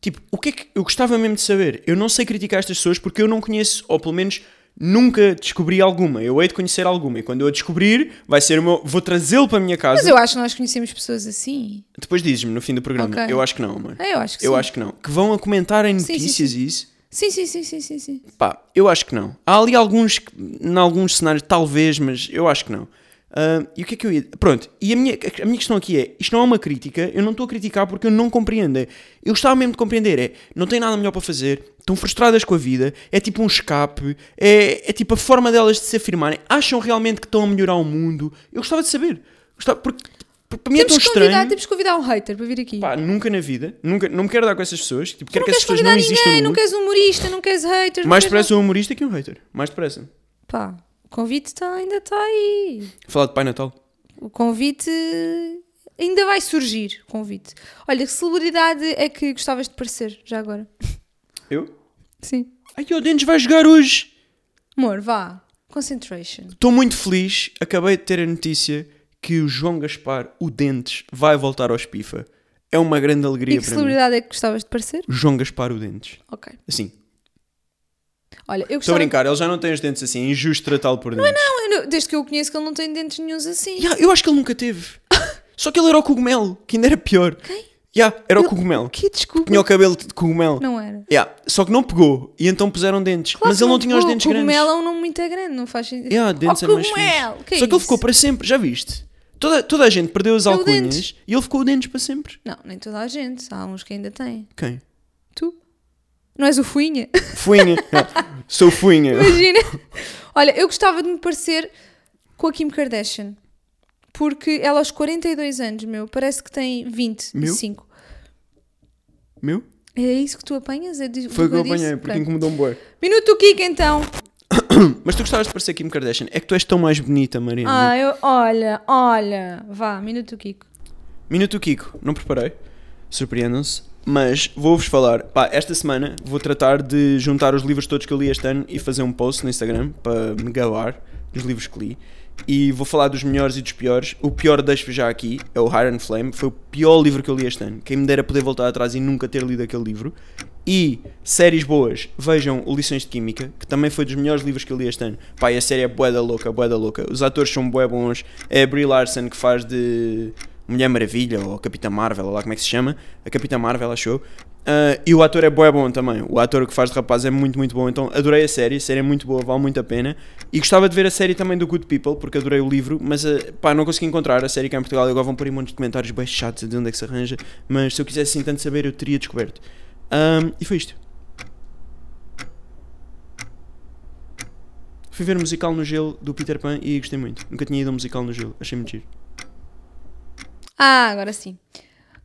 Speaker 2: tipo, o que é que eu gostava mesmo de saber? Eu não sei criticar estas pessoas porque eu não conheço, ou pelo menos nunca descobri alguma. Eu hei de conhecer alguma. E quando eu a descobrir, vai ser o meu. Vou trazê-lo para a minha casa.
Speaker 1: Mas eu acho que nós conhecemos pessoas assim.
Speaker 2: Depois dizes-me no fim do programa.
Speaker 1: Ok.
Speaker 2: Eu acho que não, amor.
Speaker 1: É, eu acho que
Speaker 2: eu
Speaker 1: sim.
Speaker 2: acho que não. Que vão a comentar em
Speaker 1: sim,
Speaker 2: notícias e isso.
Speaker 1: Sim, sim, sim, sim, sim, sim.
Speaker 2: Pá, eu acho que não. Há ali alguns, que- em alguns cenários, talvez, mas eu acho que não. Ah, e o que é que eu ia. Pronto, e a minha, a minha questão aqui é: isto não é uma crítica, eu não estou a criticar porque eu não compreendo. é- Eu gostava mesmo de compreender: é não tem nada melhor para fazer, estão frustradas com a vida, é tipo um escape, é, é tipo a forma delas de se afirmarem, acham realmente que estão a melhorar o mundo. Eu gostava de saber, gostava, porque, porque para mim é
Speaker 1: Temos
Speaker 2: tão
Speaker 1: que, convidar,
Speaker 2: estranho.
Speaker 1: temos que convidar um hater para vir aqui.
Speaker 2: Pá, nunca na vida, nunca, não me quero dar com essas pessoas, tipo,
Speaker 1: tu
Speaker 2: quero
Speaker 1: não
Speaker 2: que essas
Speaker 1: queres
Speaker 2: pessoas não
Speaker 1: convidar
Speaker 2: existam.
Speaker 1: ninguém,
Speaker 2: no
Speaker 1: não
Speaker 2: mundo.
Speaker 1: queres humorista, não queres haters.
Speaker 2: Mais
Speaker 1: não queres...
Speaker 2: depressa um humorista que um hater, mais depressa.
Speaker 1: Pá, o convite tá, ainda está aí.
Speaker 2: Falar de Pai Natal.
Speaker 1: O convite ainda vai surgir. o Convite. Olha, que celebridade é que gostavas de parecer já agora?
Speaker 2: Eu?
Speaker 1: Sim.
Speaker 2: Ai, o Dentes vai jogar hoje.
Speaker 1: Amor, vá. Concentration.
Speaker 2: Estou muito feliz. Acabei de ter a notícia que o João Gaspar, o Dentes, vai voltar aos Pifa. É uma grande alegria
Speaker 1: e que
Speaker 2: para mim.
Speaker 1: celebridade é que gostavas de parecer?
Speaker 2: João Gaspar, o Dentes.
Speaker 1: Ok.
Speaker 2: Assim.
Speaker 1: Olha, eu
Speaker 2: Estou a
Speaker 1: gostava...
Speaker 2: brincar, ele já não tem os dentes assim, é injusto tratá-lo por dentro.
Speaker 1: Não, eu não- desde que eu o conheço que ele não tem dentes nenhuns assim.
Speaker 2: Yeah, eu acho que ele nunca teve. Só que ele era o cogumelo, que ainda era pior. Quem? Yeah, era o
Speaker 1: Eu-
Speaker 2: cogumelo.
Speaker 1: Que desculpa.
Speaker 2: Tinha o cabelo de cogumelo.
Speaker 1: Não era.
Speaker 2: Yeah, só que não pegou e então puseram dentes.
Speaker 1: Claro
Speaker 2: Mas
Speaker 1: que
Speaker 2: ele não tinha os
Speaker 1: pegou.
Speaker 2: dentes
Speaker 1: cogumelo é
Speaker 2: grandes.
Speaker 1: um nome muito grande, não faz sentido.
Speaker 2: Yeah, dentes
Speaker 1: oh,
Speaker 2: eram mais
Speaker 1: cogumelo,
Speaker 2: finos.
Speaker 1: que é
Speaker 2: Só que ele
Speaker 1: isso?
Speaker 2: ficou para sempre, já viste? Toda, toda a gente perdeu as
Speaker 1: Perdeu
Speaker 2: alcunhas
Speaker 1: dentes.
Speaker 2: e ele ficou dentes para sempre.
Speaker 1: Não, nem toda a gente. Há uns que ainda têm.
Speaker 2: Quem?
Speaker 1: Tu? Não és o Fuinha?
Speaker 2: Fuinha. Yeah, Sou fuinha.
Speaker 1: Imagina. Olha, eu gostava de me parecer com a Kim Kardashian. Porque ela aos 42 anos, meu, parece que tem 25.
Speaker 2: Meu?
Speaker 1: É isso que tu apanhas? É de,
Speaker 2: Foi o
Speaker 1: do
Speaker 2: que eu
Speaker 1: disse?
Speaker 2: apanhei, porque
Speaker 1: Pronto.
Speaker 2: incomodou-me bué.
Speaker 1: Minuto do Kiko, então.
Speaker 2: Mas tu gostavas de parecer Kim Kardashian. É que tu és tão mais bonita, Maria.
Speaker 1: Ah, eu, olha, olha. Vá, minuto do Kiko.
Speaker 2: Minuto Kiko, não preparei, surpreendam-se, mas vou-vos falar. Pá, esta semana vou tratar de juntar os livros todos que eu li este ano e fazer um post no Instagram para me gabar dos livros que li. E vou falar dos melhores e dos piores. O pior deixo já aqui, é o Higher and Flame. Foi o pior livro que eu li este ano. Quem me dera poder voltar atrás e nunca ter lido aquele livro. E séries boas, vejam o Lições de Química, que também foi dos melhores livros que eu li este ano. Pá, e a série é bué da louca, bué da louca. Os atores são bué bons. É a Brie Larson que faz de Mulher Maravilha ou Capitã Marvel, ou lá como é que se chama. A Capitã Marvel, achou. Ah, e o ator é bué bom também. O ator que faz de rapaz é muito, muito bom. Então adorei a série, a série é muito boa, vale muito a pena. E gostava de ver a série também do Good People, porque adorei o livro, mas ah, pá, não consegui encontrar a série cá em Portugal. Agora vão pôr aí um monte de comentários bem chatos a dizer onde é que se arranja. Mas se eu quisesse assim tanto saber, eu teria descoberto. Ahm, e foi isto. Fui ver o musical no gelo do Peter Pan e gostei muito. Nunca tinha ido a um musical no gelo, achei muito giro.
Speaker 1: Ah, agora sim.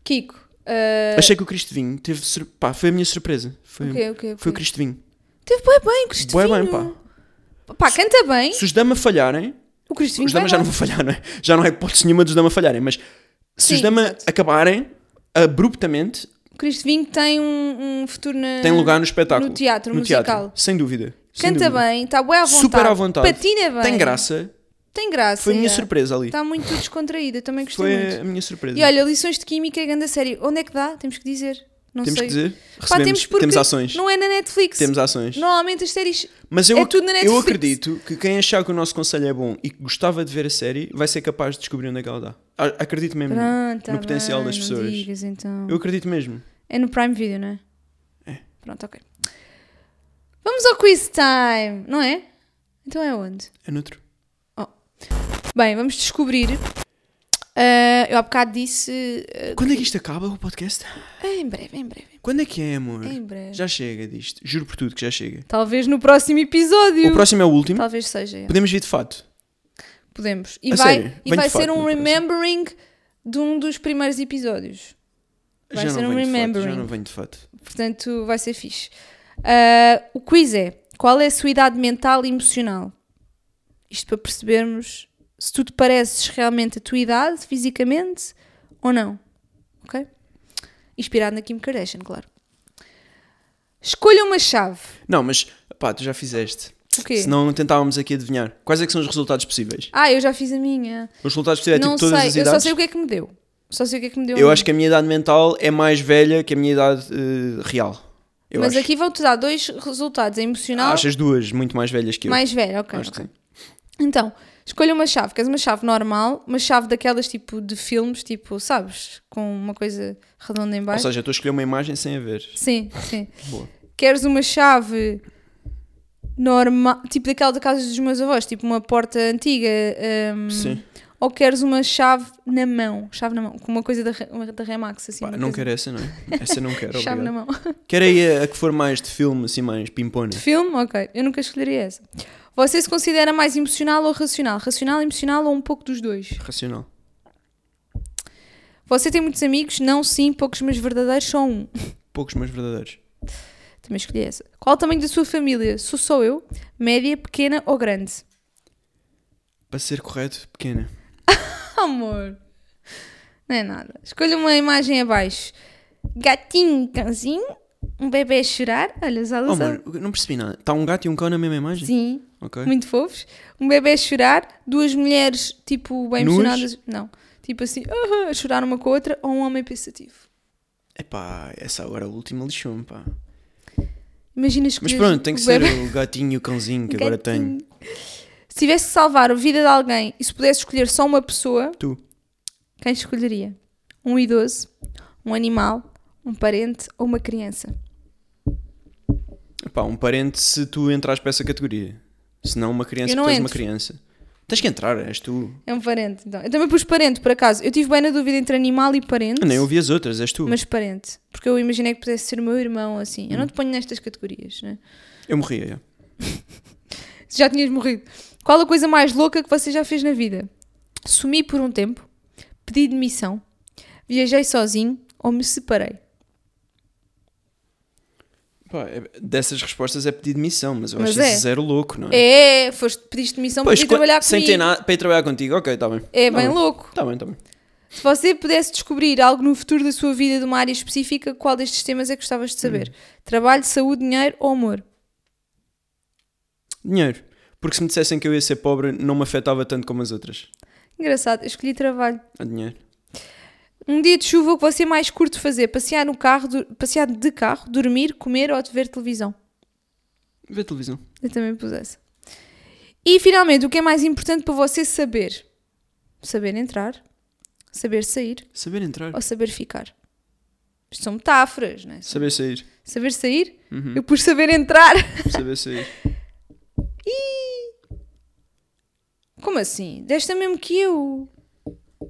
Speaker 1: Kiko. ah,
Speaker 2: Achei que o Cristovinho teve. sur- Pá, foi a minha surpresa. Foi,
Speaker 1: O quê, o quê, o
Speaker 2: foi o
Speaker 1: quê?
Speaker 2: Cristovinho.
Speaker 1: Teve bué bem, Cristofinho.
Speaker 2: Bué bem, pá.
Speaker 1: Pá, canta bem.
Speaker 2: Se os Dama falharem,
Speaker 1: O Cristofinho
Speaker 2: os Dama
Speaker 1: vai lá.
Speaker 2: já não vão falhar, não é? Já não é hipótese nenhuma dos Dama falharem, mas se os
Speaker 1: Sim,
Speaker 2: Dama
Speaker 1: exato.
Speaker 2: acabarem abruptamente,
Speaker 1: O Cristofinho tem um, um futuro na...
Speaker 2: tem lugar no espetáculo.
Speaker 1: No teatro
Speaker 2: no
Speaker 1: musical.
Speaker 2: Teatro, sem dúvida. sem
Speaker 1: Canta
Speaker 2: dúvida.
Speaker 1: bem, está bué à vontade.
Speaker 2: Super à vontade.
Speaker 1: Patina bem. é. Tá
Speaker 2: Tem graça.
Speaker 1: Tem graça.
Speaker 2: Foi a minha surpresa ali.
Speaker 1: Está muito descontraída, também gostei
Speaker 2: Foi é,
Speaker 1: muito.
Speaker 2: a minha surpresa.
Speaker 1: E olha, lições de química é grande série. Onde é que dá? Temos que dizer. Não
Speaker 2: Temos
Speaker 1: sei.
Speaker 2: que dizer?
Speaker 1: Pá,
Speaker 2: Recebemos-
Speaker 1: temos, porque
Speaker 2: temos ações.
Speaker 1: Não é na Netflix.
Speaker 2: Temos ações.
Speaker 1: Normalmente as séries
Speaker 2: Mas eu,
Speaker 1: é
Speaker 2: ac-
Speaker 1: tudo na Netflix.
Speaker 2: eu acredito que quem achar que o nosso conselho é bom e que gostava de ver a série vai ser capaz de descobrir onde é que ela dá. A- Acredito mesmo
Speaker 1: Pronto, tá
Speaker 2: no potencial
Speaker 1: bem,
Speaker 2: das
Speaker 1: não
Speaker 2: pessoas.
Speaker 1: digas, então.
Speaker 2: Eu acredito mesmo.
Speaker 1: É no Prime Video, não é? É. Pronto, ok. Vamos ao quiz time, não é? Então é onde?
Speaker 2: É neutro.
Speaker 1: Bem, vamos descobrir. Ah, eu há bocado disse. ah,
Speaker 2: Quando é que isto acaba, o podcast?
Speaker 1: é em breve, é em breve.
Speaker 2: Quando é que é, amor?
Speaker 1: É em breve.
Speaker 2: Já chega disto. Juro por tudo que já chega.
Speaker 1: Talvez no próximo episódio.
Speaker 2: O próximo é o último.
Speaker 1: Talvez seja. é.
Speaker 2: Podemos vir de fato.
Speaker 1: Podemos. E
Speaker 2: A
Speaker 1: vai,
Speaker 2: sério?
Speaker 1: e
Speaker 2: Venho
Speaker 1: vai
Speaker 2: de fato
Speaker 1: ser um
Speaker 2: no próximo.
Speaker 1: remembering de um dos primeiros episódios. Vai
Speaker 2: já
Speaker 1: ser
Speaker 2: não
Speaker 1: um
Speaker 2: venho de fato. Já
Speaker 1: remembering.
Speaker 2: não venho de fato.
Speaker 1: Portanto, vai ser fixe. Ah, o quiz é: qual é a sua idade mental e emocional? Isto para percebermos se tu te pareces realmente a tua idade fisicamente ou não. Ok? Inspirado na Kim Kardashian, claro. Escolha uma chave.
Speaker 2: Não, mas pá, tu já fizeste.
Speaker 1: O quê?
Speaker 2: Senão tentávamos aqui adivinhar. Quais é que são os resultados possíveis?
Speaker 1: Ah, eu já fiz a minha.
Speaker 2: Os resultados possíveis é
Speaker 1: não
Speaker 2: tipo todas
Speaker 1: sei,
Speaker 2: as
Speaker 1: eu
Speaker 2: idades.
Speaker 1: só sei o que é que me deu. Só sei o que é que me deu. a
Speaker 2: Eu
Speaker 1: mim.
Speaker 2: acho que a minha idade mental é mais velha que a minha idade eh, real. Eu
Speaker 1: Mas
Speaker 2: acho.
Speaker 1: aqui vão-te dar dois resultados: a emocional
Speaker 2: Achas duas muito mais velhas que eu.
Speaker 1: mais velha. Ok.
Speaker 2: Acho que
Speaker 1: ok.
Speaker 2: sim.
Speaker 1: Então, escolha uma chave, queres uma chave normal, uma chave daquelas tipo de filmes, tipo, sabes, com uma coisa redonda em
Speaker 2: Ou
Speaker 1: baixo.
Speaker 2: seja, eu estou a escolher uma imagem sem a ver.
Speaker 1: sim, sim.
Speaker 2: Boa.
Speaker 1: Queres uma chave normal, tipo daquela da casa dos meus avós, tipo uma porta antiga, hum,
Speaker 2: Sim.
Speaker 1: ou queres uma chave na mão, chave na mão, com uma coisa da, Re- uma da Remax, assim.
Speaker 2: Pá,
Speaker 1: uma
Speaker 2: não
Speaker 1: coisa-
Speaker 2: quero essa, não é? Essa não quero.
Speaker 1: Chave na
Speaker 2: obrigado.
Speaker 1: mão.
Speaker 2: Quero aí a, a que for mais de filme, assim, mais pimpona.
Speaker 1: De filme? Ok, eu nunca escolheria essa. Você se considera mais emocional ou racional? Racional, emocional ou um pouco dos dois?
Speaker 2: Racional.
Speaker 1: Você tem muitos amigos? Não, sim, poucos, mas verdadeiros, só um.
Speaker 2: Poucos, mas verdadeiros.
Speaker 1: Também escolhi essa. Qual o tamanho da sua família? Sou só eu? Média, pequena ou grande?
Speaker 2: Para ser correto, pequena.
Speaker 1: Amor! Não é nada. Escolha uma imagem abaixo. Gatinho, cãozinho, um bebê a chorar. Olha, os
Speaker 2: Oh,
Speaker 1: alas
Speaker 2: amor, não percebi nada. Está um gato e um cão na mesma imagem?
Speaker 1: é. Sim,
Speaker 2: Ok.
Speaker 1: muito fofos. Um bebê a chorar, duas mulheres, tipo, bem
Speaker 2: Nuas?
Speaker 1: emocionadas. Não, tipo assim, "Ah, ah", a chorar uma com a outra, ou um homem pensativo.
Speaker 2: é Epá, essa agora a última lixou-me, pá.
Speaker 1: Imagina escolher.
Speaker 2: Mas pronto, tem que
Speaker 1: o
Speaker 2: ser
Speaker 1: bebê.
Speaker 2: o gatinho, o cãozinho que agora tenho.
Speaker 1: Se tivesse que salvar a vida de alguém e se pudesse escolher só uma pessoa,
Speaker 2: Tu.
Speaker 1: quem escolheria? Um idoso, um animal, um parente ou uma criança?
Speaker 2: Pá, um parente se tu entras para essa categoria. Se não, uma criança,
Speaker 1: Eu não
Speaker 2: porque tu és uma
Speaker 1: entro.
Speaker 2: criança. Tens que entrar, és tu.
Speaker 1: É um parente, então. Eu também pus parente, por acaso. Eu tive bem na dúvida entre animal e parente.
Speaker 2: Eu nem ouvi as outras, és tu.
Speaker 1: Mas parente. Porque eu imaginei que pudesse ser o meu irmão, assim.
Speaker 2: Hum.
Speaker 1: Eu não te ponho nestas categorias, né?
Speaker 2: Eu morria. já.
Speaker 1: Se já tinhas morrido. Qual a coisa mais louca que você já fez na vida? Sumi por um tempo, pedi demissão, viajei sozinho ou me separei?
Speaker 2: Pá, é- dessas respostas é pedir demissão, mas eu
Speaker 1: Mas
Speaker 2: acho
Speaker 1: é.
Speaker 2: isso zero louco, não é?
Speaker 1: É, foste, pediste demissão para ir
Speaker 2: co-
Speaker 1: trabalhar comigo.
Speaker 2: sem ter nada para ir trabalhar contigo, ok, está bem.
Speaker 1: É
Speaker 2: Tá
Speaker 1: bem louco.
Speaker 2: Está bem, está bem.
Speaker 1: Se você pudesse descobrir algo no futuro da sua vida de uma área específica, qual destes temas é que gostavas de saber? Trabalho, saúde, dinheiro ou amor?
Speaker 2: Dinheiro. Porque se me dissessem que eu ia ser pobre, não me afetava tanto como as outras.
Speaker 1: Engraçado, eu escolhi trabalho.
Speaker 2: A dinheiro.
Speaker 1: Um dia de chuva o que você mais curte fazer? Passear no carro, du- passear de carro, dormir, comer ou ver televisão?
Speaker 2: Ver televisão.
Speaker 1: Eu também pus essa. E finalmente, o que é mais importante para você saber? Saber entrar, saber sair
Speaker 2: Saber entrar.
Speaker 1: ou saber ficar? Isto são metáforas, não é?
Speaker 2: Saber sair.
Speaker 1: Saber sair? Eu pus saber entrar.
Speaker 2: Saber sair.
Speaker 1: Como assim? Desta mesmo que eu.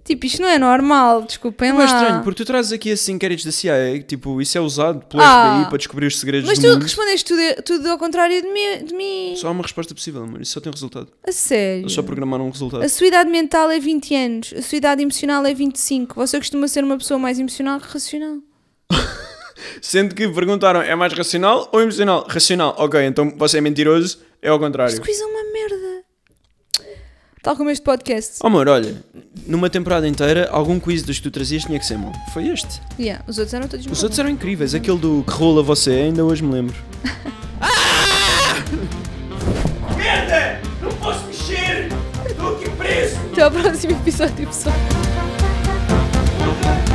Speaker 1: Tipo, isto não é normal, desculpem
Speaker 2: Não
Speaker 1: lá.
Speaker 2: é estranho, porque tu trazes aqui esses inquéritos da CIA, tipo, isso é usado pelo
Speaker 1: Ah.
Speaker 2: FBI para descobrir os segredos
Speaker 1: Mas
Speaker 2: do
Speaker 1: tu
Speaker 2: mundo.
Speaker 1: respondeste tudo, tudo ao contrário de mim. de mim.
Speaker 2: Só há uma resposta possível, amor. Isso só tem resultado.
Speaker 1: A sério.
Speaker 2: Eles só programaram um resultado.
Speaker 1: A sua idade mental é 20 anos, a sua idade emocional é 25. Você costuma ser uma pessoa mais emocional que racional.
Speaker 2: Sendo que perguntaram, é mais racional ou emocional? Racional. Ok, então você é mentiroso, é ao contrário.
Speaker 1: Este quiz é uma merda. Tal como este podcast.
Speaker 2: Oh, amor, olha, numa temporada inteira, algum quiz dos que tu trazias tinha que ser mau. Foi este.
Speaker 1: Yeah, os outros eram todos
Speaker 2: Os
Speaker 1: maus.
Speaker 2: outros eram incríveis. Aquele do que rola você, ainda hoje me lembro.
Speaker 5: Merda! Não posso mexer! Estou aqui preso!
Speaker 1: Até ao próximo episódio, pessoal.
Speaker 5: Puta!